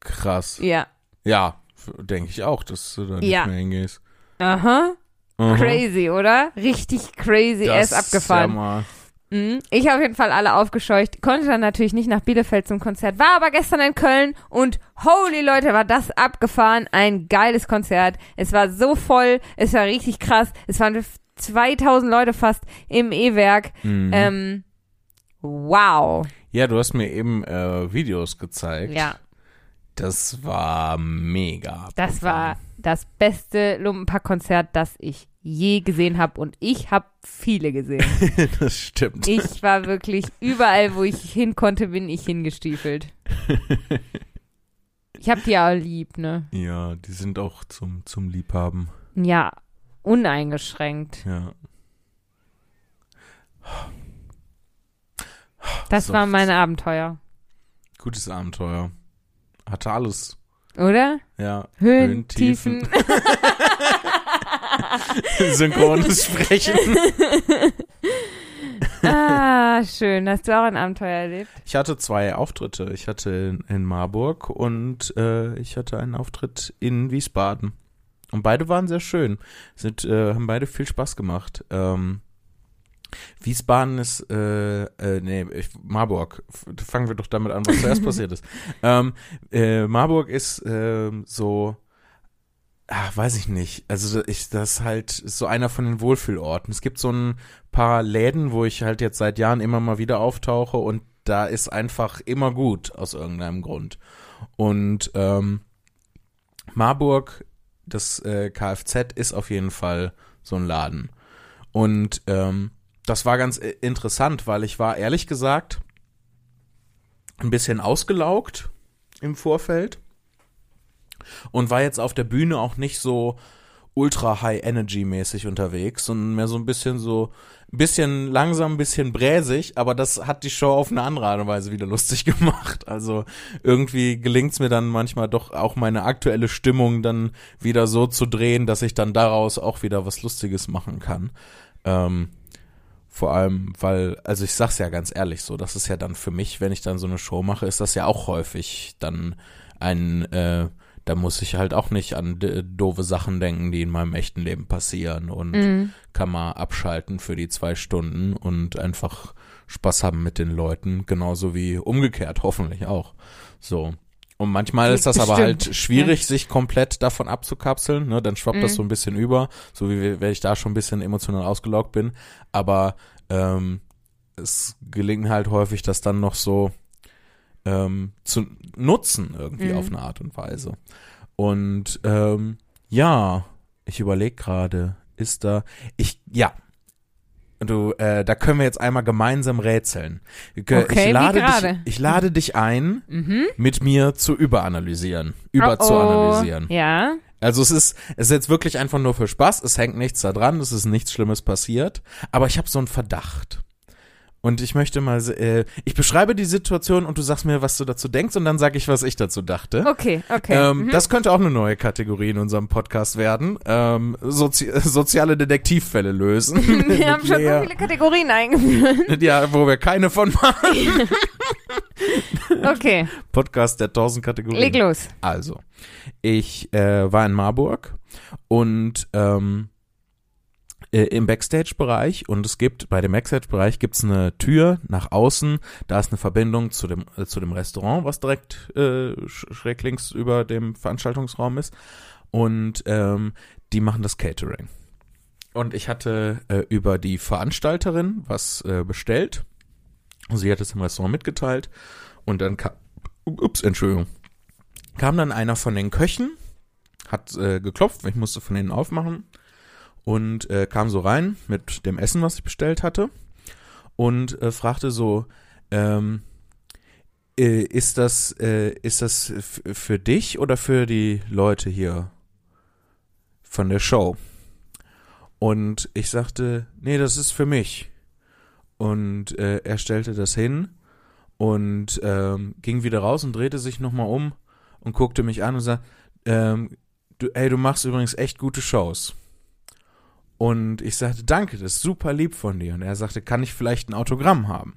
S2: Krass.
S1: Ja.
S2: Ja, denke ich auch, dass du da nicht
S1: Ja.
S2: mehr hingehst.
S1: Aha.
S2: Mhm.
S1: Crazy, oder? Richtig crazy ass
S2: Das ist Ja
S1: abgefahren.
S2: mal.
S1: Mhm. Ich auf jeden Fall alle aufgescheucht, konnte dann natürlich nicht nach Bielefeld zum Konzert, war aber gestern in Köln und holy Leute, war das abgefahren. Ein geiles Konzert. Es war so voll, es war richtig krass. Es waren 2000 Leute fast im E-Werk.
S2: Mhm.
S1: Ähm, wow.
S2: ja, du hast mir eben äh, Videos gezeigt.
S1: Ja,
S2: Das war mega.
S1: das war das beste Lumpenpack-Konzert, das ich je gesehen habe und ich habe viele gesehen.
S2: das stimmt.
S1: Ich war wirklich überall, wo ich hin konnte, bin ich hingestiefelt. Ich hab die ja lieb, ne?
S2: ja, die sind auch zum, zum Liebhaben.
S1: Ja, uneingeschränkt.
S2: Ja.
S1: Das
S2: So.
S1: waren meine Abenteuer,
S2: Gutes Abenteuer. Hatte alles.
S1: oder?
S2: Ja.
S1: Höhen,
S2: Höhen,
S1: Tiefen.
S2: Tiefen. Synchrones Sprechen.
S1: ah, schön. Hast du auch ein Abenteuer erlebt?
S2: Ich hatte zwei Auftritte. Ich hatte in, in Marburg und äh, ich hatte einen Auftritt in Wiesbaden. Und beide waren sehr schön. Sind, äh, haben beide viel Spaß gemacht. Ähm, Wiesbaden ist, äh, äh, nee, ich, Marburg. F fangen wir doch damit an, was zuerst passiert ist. Ähm, äh, Marburg ist ähm, so, ach, weiß ich nicht. Also ich, das ist halt so einer von den Wohlfühlorten. Es gibt so ein paar Läden, wo ich halt jetzt seit Jahren immer mal wieder auftauche und da ist einfach immer gut aus irgendeinem Grund. Und ähm, Marburg, das äh, Kfz ist auf jeden Fall so ein Laden. Und ähm, das war ganz i- interessant, weil ich war ehrlich gesagt ein bisschen ausgelaugt im Vorfeld und war jetzt auf der Bühne auch nicht so ultra high energy mäßig unterwegs, sondern mehr so ein bisschen so ein bisschen langsam, ein bisschen bräsig, aber das hat die Show auf eine andere Art und Weise wieder lustig gemacht. Also irgendwie gelingt's mir dann manchmal doch auch meine aktuelle Stimmung dann wieder so zu drehen, dass ich dann daraus auch wieder was Lustiges machen kann. Ähm, vor allem, weil, also ich sag's ja ganz ehrlich so, das ist ja dann für mich, wenn ich dann so eine Show mache, ist das ja auch häufig dann ein, äh, da muss ich halt auch nicht an d- doofe Sachen denken, die in meinem echten Leben passieren und
S1: Mhm.
S2: kann man abschalten für die zwei Stunden und einfach Spaß haben mit den Leuten, genauso wie umgekehrt hoffentlich auch. So. Und manchmal ist das aber
S1: Bestimmt,
S2: halt schwierig, sich komplett davon abzukapseln. Ne? Dann schwappt das
S1: Mhm.
S2: so ein bisschen über, so wie we- wenn ich da schon ein bisschen emotional ausgelaugt bin. Aber ähm, es gelingen halt häufig, das dann noch so ähm, zu nutzen irgendwie
S1: Mhm.
S2: auf eine Art und Weise. Und ähm, ja, ich überlege gerade, ist da, ich, ja. Du, äh, da können wir jetzt einmal gemeinsam rätseln. Ich,
S1: Okay, wie
S2: ich lade dich,
S1: gerade.
S2: ich lade dich ein,
S1: Mhm.
S2: mit mir zu überanalysieren, über zu
S1: Oh, oh.
S2: analysieren.
S1: Ja.
S2: Also es ist, es ist jetzt wirklich einfach nur für Spaß, es hängt nichts da dran, es ist nichts Schlimmes passiert, aber ich habe so einen Verdacht. Und ich möchte mal, se- äh, ich beschreibe die Situation und du sagst mir, was du dazu denkst und dann sage ich, was ich dazu dachte.
S1: Okay, okay. Mhm.
S2: Ähm, Das könnte auch eine neue Kategorie in unserem Podcast werden. Ähm, Sozi soziale Detektivfälle lösen.
S1: Wir haben schon
S2: Lea.
S1: so viele Kategorien eingeführt.
S2: ja, wo wir keine von machen.
S1: Okay,
S2: Podcast der 1000 Kategorien.
S1: leg los.
S2: Also, ich äh, war in Marburg und ähm, äh, im Backstage-Bereich und es gibt, bei dem Backstage-Bereich gibt's eine Tür nach außen, da ist eine Verbindung zu dem, äh, zu dem Restaurant, was direkt äh, sch- schräg links über dem Veranstaltungsraum ist und ähm, die machen das Catering. Und ich hatte äh, über die Veranstalterin was äh, bestellt. Sie hat es im Restaurant mitgeteilt und dann kam, ups, Entschuldigung, kam dann einer von den Köchen, hat äh, geklopft, weil ich musste von denen aufmachen und äh, kam so rein mit dem Essen, was ich bestellt hatte und äh, fragte so, ähm, äh, ist das, äh, ist das f- für dich oder für die Leute hier von der Show? Und ich sagte, nee, das ist für mich. Und äh, er stellte das hin und ähm, ging wieder raus und drehte sich nochmal um und guckte mich an und sagte, ähm, du, ey, du machst übrigens echt gute Shows. Und ich sagte, danke, das ist super lieb von dir. Und er sagte, kann ich vielleicht ein Autogramm haben?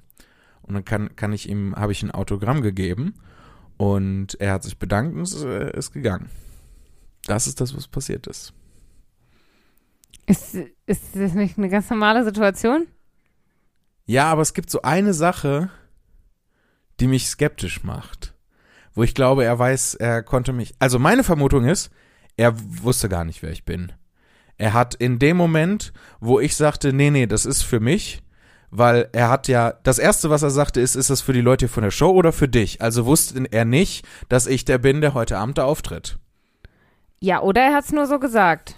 S2: Und dann kann, kann ich ihm, habe ich ein Autogramm gegeben und er hat sich bedankt und ist, äh, ist gegangen. Das ist das, was passiert ist.
S1: Ist, ist das nicht eine ganz normale Situation?
S2: Ja, aber es gibt so eine Sache, die mich skeptisch macht. Wo ich glaube, er weiß, er konnte mich. Also meine Vermutung ist, er wusste gar nicht, wer ich bin. Er hat in dem Moment, wo ich sagte, nee, nee, das ist für mich, weil er hat ja, das erste, was er sagte, ist, ist das für die Leute hier von der Show oder für dich? Also wusste er nicht, dass ich der bin, der heute Abend da auftritt.
S1: Ja, oder er hat es nur so gesagt.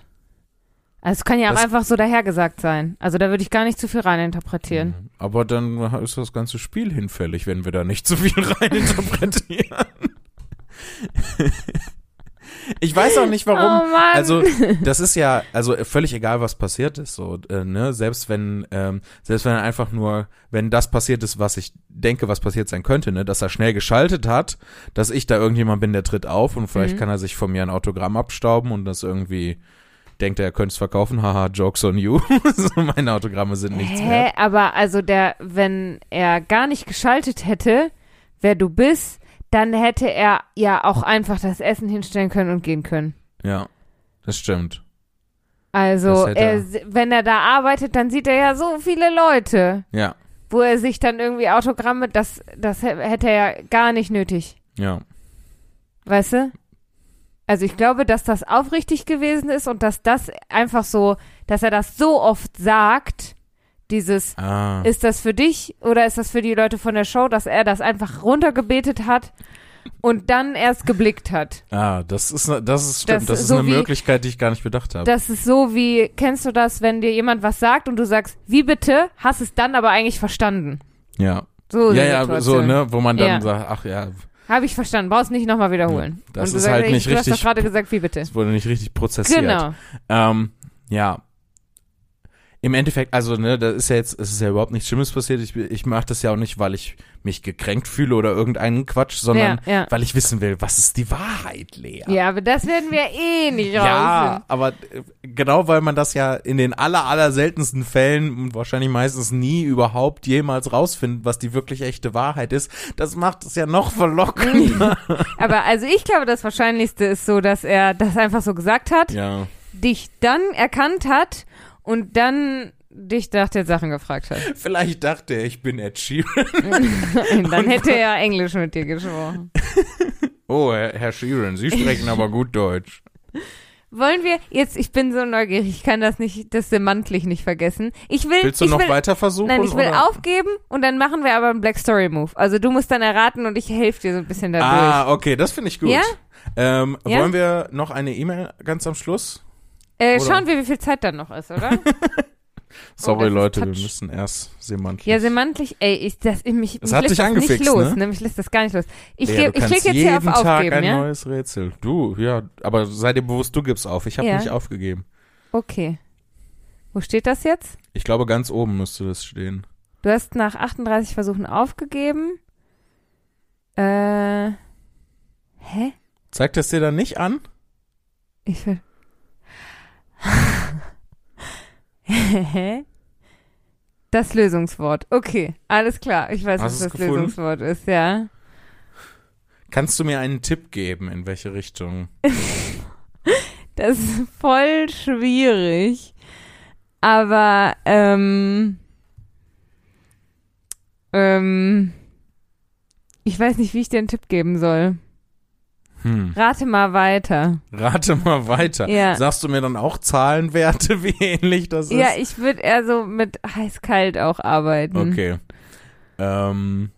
S1: Also es kann ja auch
S2: Das-
S1: einfach so dahergesagt sein. Also da würde ich gar nicht zu viel reininterpretieren.
S2: Mhm. Aber dann ist das ganze Spiel hinfällig, wenn wir da nicht zu viel reininterpretieren. ich weiß auch nicht, warum.
S1: Oh Mann.
S2: Also das ist ja, also völlig egal, was passiert ist, so äh, ne, selbst wenn, ähm, selbst wenn er einfach nur, wenn das passiert ist, was ich denke, was passiert sein könnte, ne, dass er schnell geschaltet hat, dass ich da irgendjemand bin, der tritt auf und vielleicht
S1: Mhm.
S2: kann er sich von mir ein Autogramm abstauben und das irgendwie denkt er, er könnte es verkaufen, haha, jokes on you, so meine Autogramme sind nichts
S1: Hä,
S2: wert.
S1: aber also der, wenn er gar nicht geschaltet hätte, wer du bist, dann hätte er ja auch einfach das Essen hinstellen können und gehen können.
S2: Ja, das stimmt.
S1: Also
S2: Das hätte
S1: er,
S2: er.
S1: se- wenn er da arbeitet, dann sieht er ja so viele Leute,
S2: Ja,
S1: wo er sich dann irgendwie Autogramme, das, das hä- hätte er ja gar nicht nötig,
S2: ja.
S1: weißt du? Also ich glaube, dass das aufrichtig gewesen ist und dass das einfach so, dass er das so oft sagt, dieses
S2: Ah,
S1: Ist das für dich oder ist das für die Leute von der Show, dass er das einfach runtergebetet hat und dann erst geblickt hat?
S2: ah, das ist, ne- das ist stimmt,
S1: Das
S2: das,
S1: ist
S2: ist
S1: so
S2: eine
S1: wie-
S2: Möglichkeit, die ich gar nicht bedacht habe.
S1: Das ist so wie, kennst du das, wenn dir jemand was sagt und du sagst, wie bitte, hast es dann aber eigentlich verstanden?
S2: Ja,
S1: So,
S2: ja,
S1: eine
S2: ja, so
S1: Situation.
S2: ne, wo man dann
S1: Ja.
S2: sagt, ach ja,
S1: Habe ich verstanden, brauchst nicht nochmal wiederholen.
S2: Das
S1: und du
S2: ist
S1: sagst,
S2: halt
S1: ich,
S2: nicht
S1: Du hast doch
S2: richtig-
S1: gerade gesagt, wie bitte.
S2: Es wurde nicht richtig prozessiert.
S1: Genau.
S2: Ähm, ja. Im Endeffekt, also, ne, das ist ja jetzt, es ist ja überhaupt nichts Schlimmes passiert. Ich, ich mache das ja auch nicht, weil ich mich gekränkt fühle oder irgendeinen Quatsch, sondern
S1: ja, ja.
S2: weil ich wissen will, was ist die Wahrheit, Lea?
S1: ja, aber das werden wir eh nicht rausfinden.
S2: Ja, aber äh, genau weil man das ja in den aller, aller seltensten Fällen und wahrscheinlich meistens nie überhaupt jemals rausfindet, was die wirklich echte Wahrheit ist, das macht es ja noch verlockender.
S1: Aber also ich glaube, das Wahrscheinlichste ist so, dass er das einfach so gesagt hat.
S2: Ja.
S1: dich dann erkannt hat und dann dich nach den Sachen gefragt hat.
S2: Vielleicht dachte er, ich bin Ed Sheeran.
S1: Dann hätte er Englisch mit dir gesprochen.
S2: Oh, Herr, Herr Sheeran, Sie sprechen aber gut Deutsch.
S1: Wollen wir jetzt, ich bin so neugierig, ich kann das nicht, das semantlich nicht vergessen. Ich will,
S2: Willst du
S1: ich
S2: noch
S1: will,
S2: weiter versuchen?
S1: nein, ich will
S2: oder?
S1: aufgeben und dann machen wir aber einen Black Story Move. Also du musst dann erraten und ich helfe dir so ein bisschen dadurch.
S2: Ah, okay, das finde ich gut.
S1: Ja?
S2: Ähm,
S1: Ja?
S2: Wollen wir noch eine E-Mail ganz am Schluss?
S1: äh,
S2: oder-
S1: schauen wir, wie viel Zeit dann noch ist, oder?
S2: Sorry,
S1: das ist
S2: Leute, wir
S1: touch.
S2: müssen erst semantisch.
S1: ja, semantlich, ey, ich, das, ich, mich,
S2: Das
S1: mich
S2: hat
S1: lässt
S2: dich
S1: das nicht
S2: angefixt,
S1: los,
S2: ne?
S1: Mich lässt das gar nicht los. Ich,
S2: Lea,
S1: geb-
S2: du
S1: ich
S2: kannst
S1: klicke jetzt hier
S2: jeden
S1: auf
S2: Tag
S1: Aufgeben,
S2: ein
S1: ja?
S2: neues Rätsel. Du, ja, aber sei dir bewusst, du gibst auf. Ich habe
S1: Ja.
S2: nicht aufgegeben.
S1: Okay. Wo steht das jetzt?
S2: Ich glaube, ganz oben müsste das stehen.
S1: Du hast nach 38 Versuchen aufgegeben. Äh. Hä?
S2: Zeigt das dir dann nicht an?
S1: Ich will. Hä? Das Lösungswort. Okay, alles klar. Ich weiß,
S2: Hast
S1: was
S2: du
S1: das
S2: es gefunden?
S1: Lösungswort ist, ja.
S2: Kannst du mir einen Tipp geben, in welche Richtung?
S1: Das ist voll schwierig. Aber, ähm. Ähm. Ich weiß nicht, wie ich dir einen Tipp geben soll.
S2: Hm.
S1: Rate mal weiter.
S2: Rate mal weiter.
S1: Ja.
S2: Sagst du mir dann auch Zahlenwerte, wie ähnlich das ist?
S1: Ja, ich würde eher so mit heiß-kalt auch arbeiten.
S2: Okay. Ähm,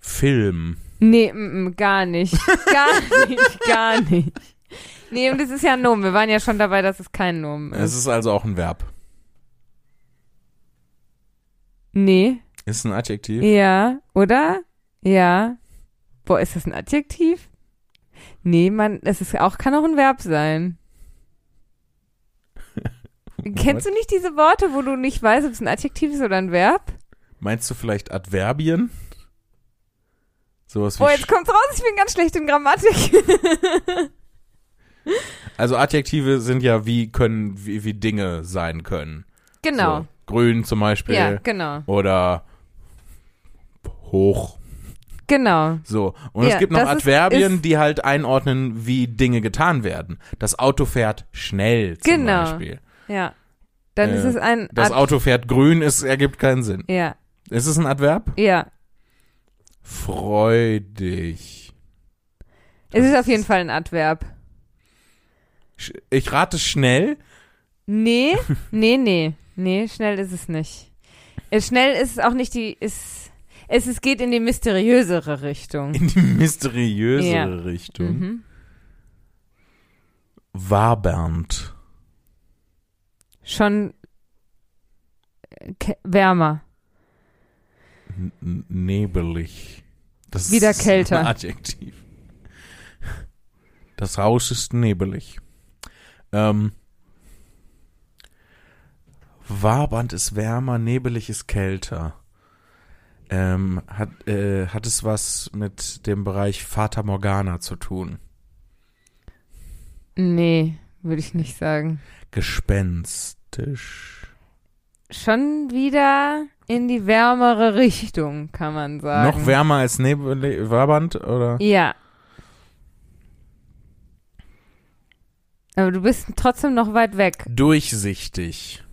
S2: Film.
S1: Nee, mm, mm, gar nicht. Gar nicht, gar nicht. Nee, und es ist ja ein Nomen. Wir waren ja schon dabei, dass es kein Nomen ist.
S2: Es ist also auch ein Verb.
S1: nee.
S2: Ist ein Adjektiv.
S1: Ja, oder? Ja. Boah, ist das ein Adjektiv? Nee, man, es ist auch, kann auch ein Verb sein. Kennst du nicht diese Worte, wo du nicht weißt, ob es ein Adjektiv ist oder ein Verb?
S2: Meinst du vielleicht Adverbien? Sowas wie
S1: Oh, jetzt kommt's raus, ich bin ganz schlecht in Grammatik.
S2: Also Adjektive sind ja wie können, wie, wie Dinge sein können.
S1: genau.
S2: So, grün zum Beispiel.
S1: Ja, genau.
S2: Oder hoch.
S1: Genau.
S2: So. Und
S1: Ja,
S2: es gibt noch
S1: das ist-
S2: Adverbien,
S1: ist-
S2: die halt einordnen, wie Dinge getan werden. Das Auto fährt schnell zum
S1: Genau.
S2: Beispiel.
S1: Ja. Dann
S2: Äh,
S1: ist es ein
S2: Das
S1: Ad
S2: Auto fährt grün, es ergibt keinen Sinn.
S1: Ja.
S2: Ist es ein Adverb?
S1: Ja.
S2: Freudig.
S1: Es ist auf jeden Fall ein Adverb.
S2: Sch- Ich rate schnell.
S1: Nee, nee, nee. Nee, schnell ist es nicht. Äh, Schnell ist es auch nicht die ist es, es geht in die mysteriösere Richtung.
S2: In die mysteriösere
S1: Ja.
S2: Richtung.
S1: Mhm.
S2: Wabernd.
S1: Schon äh, ke- wärmer.
S2: N n- nebelig. Das
S1: Wieder
S2: ist
S1: kälter.
S2: Ein Adjektiv. Das Haus ist nebelig. Ähm, Wabernd ist wärmer, nebelig ist kälter. Ähm, hat, äh, hat es was mit dem Bereich Fata Morgana zu tun?
S1: Nee, würde ich nicht sagen.
S2: Gespenstisch.
S1: Schon wieder in die wärmere Richtung, kann man sagen.
S2: Noch wärmer als nebelig, Wabernd oder?
S1: Ja. Aber du bist trotzdem noch weit weg.
S2: Durchsichtig.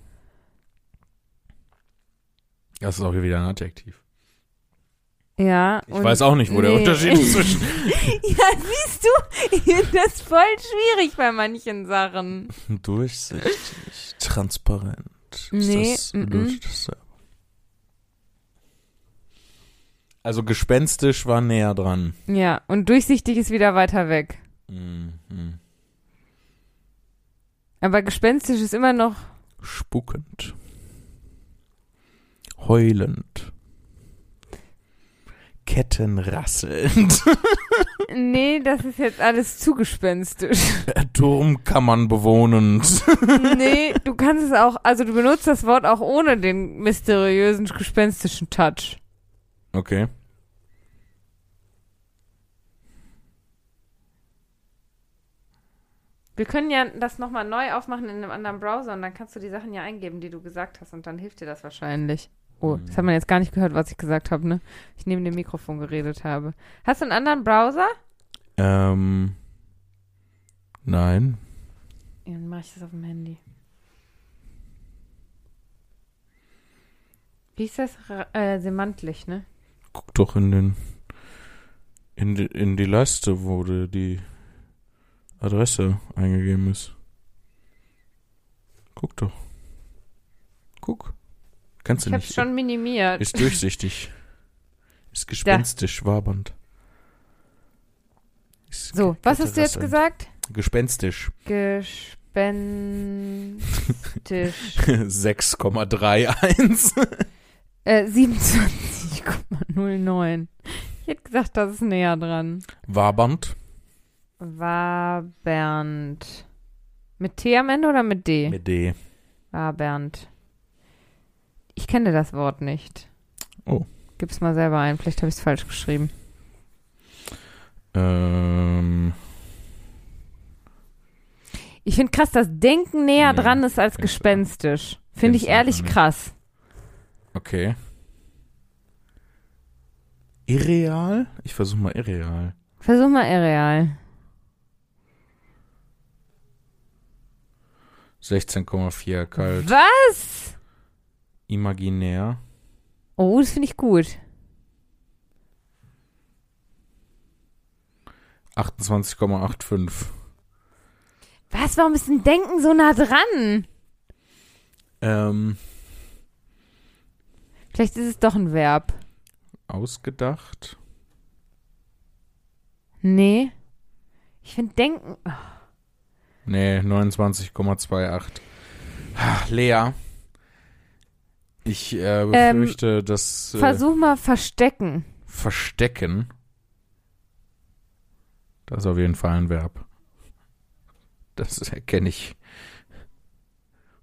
S2: Das ist auch hier wieder ein Adjektiv.
S1: Ja.
S2: Ich
S1: und-
S2: weiß auch nicht, wo der
S1: nee.
S2: Unterschied ist zwischen.
S1: Ja, siehst du, das ist voll schwierig bei manchen Sachen.
S2: Durchsichtig, transparent.
S1: Nee,
S2: ist das
S1: mhm.
S2: Luft selber? Also gespenstisch war näher dran.
S1: Ja, und durchsichtig ist wieder weiter weg.
S2: Mhm.
S1: Aber gespenstisch ist immer noch
S2: Spuckend. Heulend. Kettenrasselnd.
S1: Nee, das ist jetzt alles zu gespenstisch.
S2: Turmkammern bewohnend.
S1: Nee, du kannst es auch, also du benutzt das Wort auch ohne den mysteriösen, gespenstischen Touch.
S2: Okay.
S1: Wir können ja das nochmal neu aufmachen in einem anderen Browser und dann kannst du die Sachen ja eingeben, die du gesagt hast und dann hilft dir das wahrscheinlich. Oh, das hat man jetzt gar nicht gehört, was ich gesagt habe, ne? Ich neben dem Mikrofon geredet habe. Hast du einen anderen Browser?
S2: Ähm. Nein.
S1: Ja, dann mache ich das auf dem Handy. Wie ist das? Ra- Äh, semantlich, ne?
S2: Guck doch in den. In die, in die Leiste, wo die- die Adresse eingegeben ist. Guck doch. Guck. Kannst du
S1: Ich habe
S2: nicht.
S1: schon minimiert.
S2: Ist durchsichtig. ist gespenstisch, wabernd. Ist
S1: So,
S2: ge-
S1: was hast du jetzt
S2: ketterrasselnd.
S1: gesagt?
S2: Gespenstisch.
S1: Gespenstisch.
S2: 6,31.
S1: äh, 27,09. Ich hätte gesagt, das ist näher dran.
S2: Wabernd.
S1: Wabernd. Mit T am Ende oder mit D?
S2: Mit D.
S1: Wabernd. Ich kenne das Wort nicht.
S2: Oh.
S1: Gib's mal selber ein, vielleicht habe ich es falsch geschrieben.
S2: Ähm,
S1: Ich finde krass, dass Denken näher
S2: Ja,
S1: dran ist als
S2: find's auch.
S1: gespenstisch. Finde ich
S2: Find's auch,
S1: ehrlich
S2: ne?
S1: krass.
S2: okay. Irreal? Ich versuche mal irreal.
S1: Versuch mal irreal.
S2: 16,4 kalt.
S1: Was?
S2: Imaginär.
S1: Oh, das finde ich gut.
S2: 28,85.
S1: Was? Warum ist denn Denken so nah dran?
S2: Ähm,
S1: Vielleicht ist es doch ein Verb.
S2: ausgedacht.
S1: Nee. Ich finde Denken. Ach,
S2: Nee, 29,28. Ha, Ah, Lea. Ich äh, befürchte, das äh,
S1: Versuch mal verstecken.
S2: Verstecken. Das ist auf jeden Fall ein Verb. Das erkenne ich.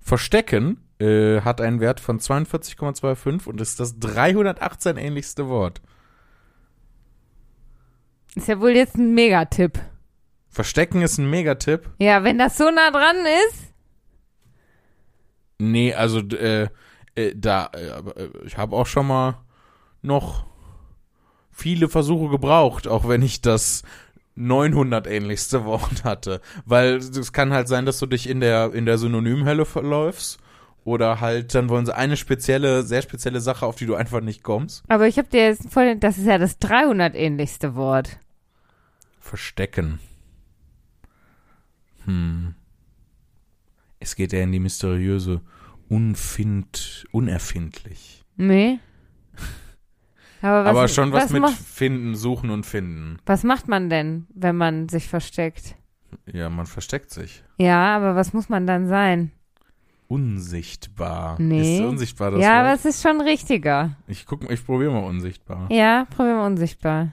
S2: Verstecken äh, hat einen Wert von 42,25 und ist das 318 ähnlichste Wort.
S1: Ist ja wohl jetzt ein Megatipp.
S2: Verstecken ist ein Megatipp.
S1: Ja, wenn das so nah dran ist.
S2: Nee, also äh, äh, da, äh, aber, äh, ich habe auch schon mal noch viele Versuche gebraucht, auch wenn ich das 900 ähnlichste Wort hatte, weil es kann halt sein, dass du dich in der in der Synonymhölle verläufst oder halt dann wollen sie eine spezielle, sehr spezielle Sache, auf die du einfach nicht kommst.
S1: Aber ich habe dir jetzt voll, das ist ja das 300 ähnlichste Wort.
S2: Verstecken. Hm. Es geht eher in die mysteriöse unfind unerfindlich.
S1: Nee. Aber was,
S2: Aber schon was, mit
S1: macht,
S2: finden, suchen und finden.
S1: was macht man denn, wenn man sich versteckt?
S2: Ja, man versteckt sich.
S1: Ja, aber was muss man dann sein?
S2: Unsichtbar.
S1: Nee.
S2: Ist unsichtbar das
S1: ja, aber
S2: Wort?
S1: es ist schon richtiger.
S2: Ich guck, ich probiere mal unsichtbar.
S1: Ja, probieren wir unsichtbar.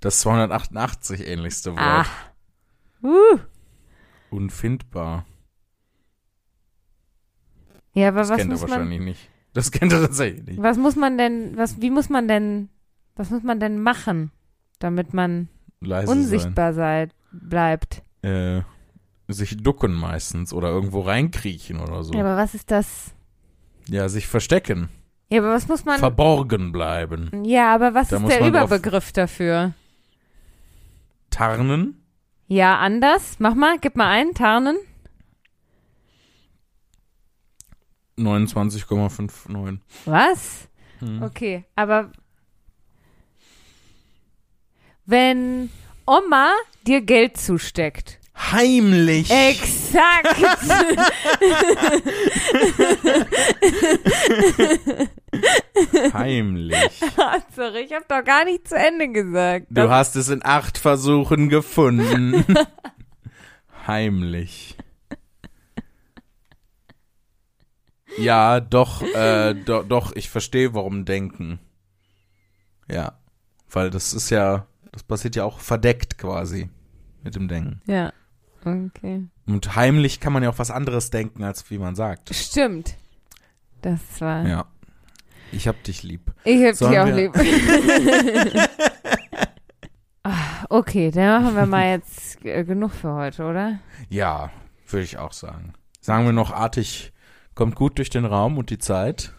S2: Das 288 ähnlichste Wort.
S1: Ah. Uh.
S2: Unfindbar.
S1: Ja, aber
S2: Das
S1: was
S2: kennt er
S1: muss man
S2: wahrscheinlich nicht. Das kennt er tatsächlich nicht.
S1: Was muss man denn, was, wie muss man denn, was muss man denn machen, damit man
S2: Leise
S1: unsichtbar sei, bleibt?
S2: Sein. Äh, sich ducken meistens oder irgendwo reinkriechen oder so.
S1: Ja,
S2: Ja,
S1: aber was ist das?
S2: sich verstecken.
S1: Ja, aber was muss man,
S2: Verborgen bleiben.
S1: ja, aber was
S2: Da
S1: ist
S2: muss
S1: der
S2: man drauf-
S1: Überbegriff dafür?
S2: Tarnen.
S1: Ja, anders? Mach mal, gib mal einen, tarnen.
S2: 29,59.
S1: Was?
S2: Hm.
S1: Okay, aber wenn Oma dir Geld zusteckt.
S2: Heimlich.
S1: Exakt.
S2: Heimlich.
S1: Sorry, ich habe doch gar nicht zu Ende gesagt.
S2: Du hast es in acht Versuchen gefunden. Heimlich. Ja, doch, äh, do, doch, ich verstehe, warum denken. Ja. Weil das ist ja, das passiert ja auch verdeckt quasi mit dem Denken.
S1: ja. Okay.
S2: Und heimlich kann man ja auch was anderes denken, als wie man sagt.
S1: Stimmt. Das war.
S2: Ja. Ich hab dich lieb.
S1: Ich hab dich
S2: Sollen
S1: auch
S2: wir-
S1: lieb. Ah, okay, dann machen wir mal jetzt äh, genug für heute, oder?
S2: Ja, würde ich auch sagen. Sagen wir noch artig, kommt gut durch den Raum und die Zeit.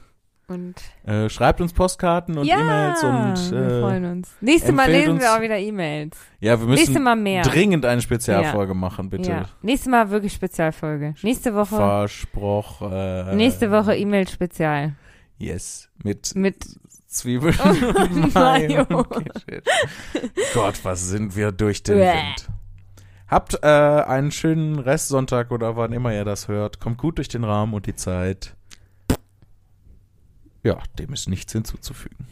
S1: Und
S2: Äh, schreibt uns Postkarten und
S1: ja,
S2: E-Mails und
S1: wir
S2: äh,
S1: freuen uns. Nächstes Mal
S2: empfehlt
S1: lesen wir
S2: uns-
S1: auch wieder E-Mails.
S2: ja, wir
S1: Nächstes
S2: müssen
S1: Mal mehr.
S2: dringend eine Spezialfolge machen, bitte.
S1: Ja. Nächstes Mal wirklich Spezialfolge. Nächste Woche.
S2: Versprochen. Äh,
S1: Nächste Woche E-Mail-Spezial.
S2: Yes, mit
S1: Mit.
S2: Zwiebeln
S1: Und
S2: und Mayo.
S1: Mayo.
S2: Okay, shit. Gott, was sind wir durch den
S1: Bäh.
S2: Wind. Habt äh, einen schönen Restsonntag oder wann immer ihr das hört. Kommt gut durch den Rahmen und die Zeit. Ja, dem ist nichts hinzuzufügen.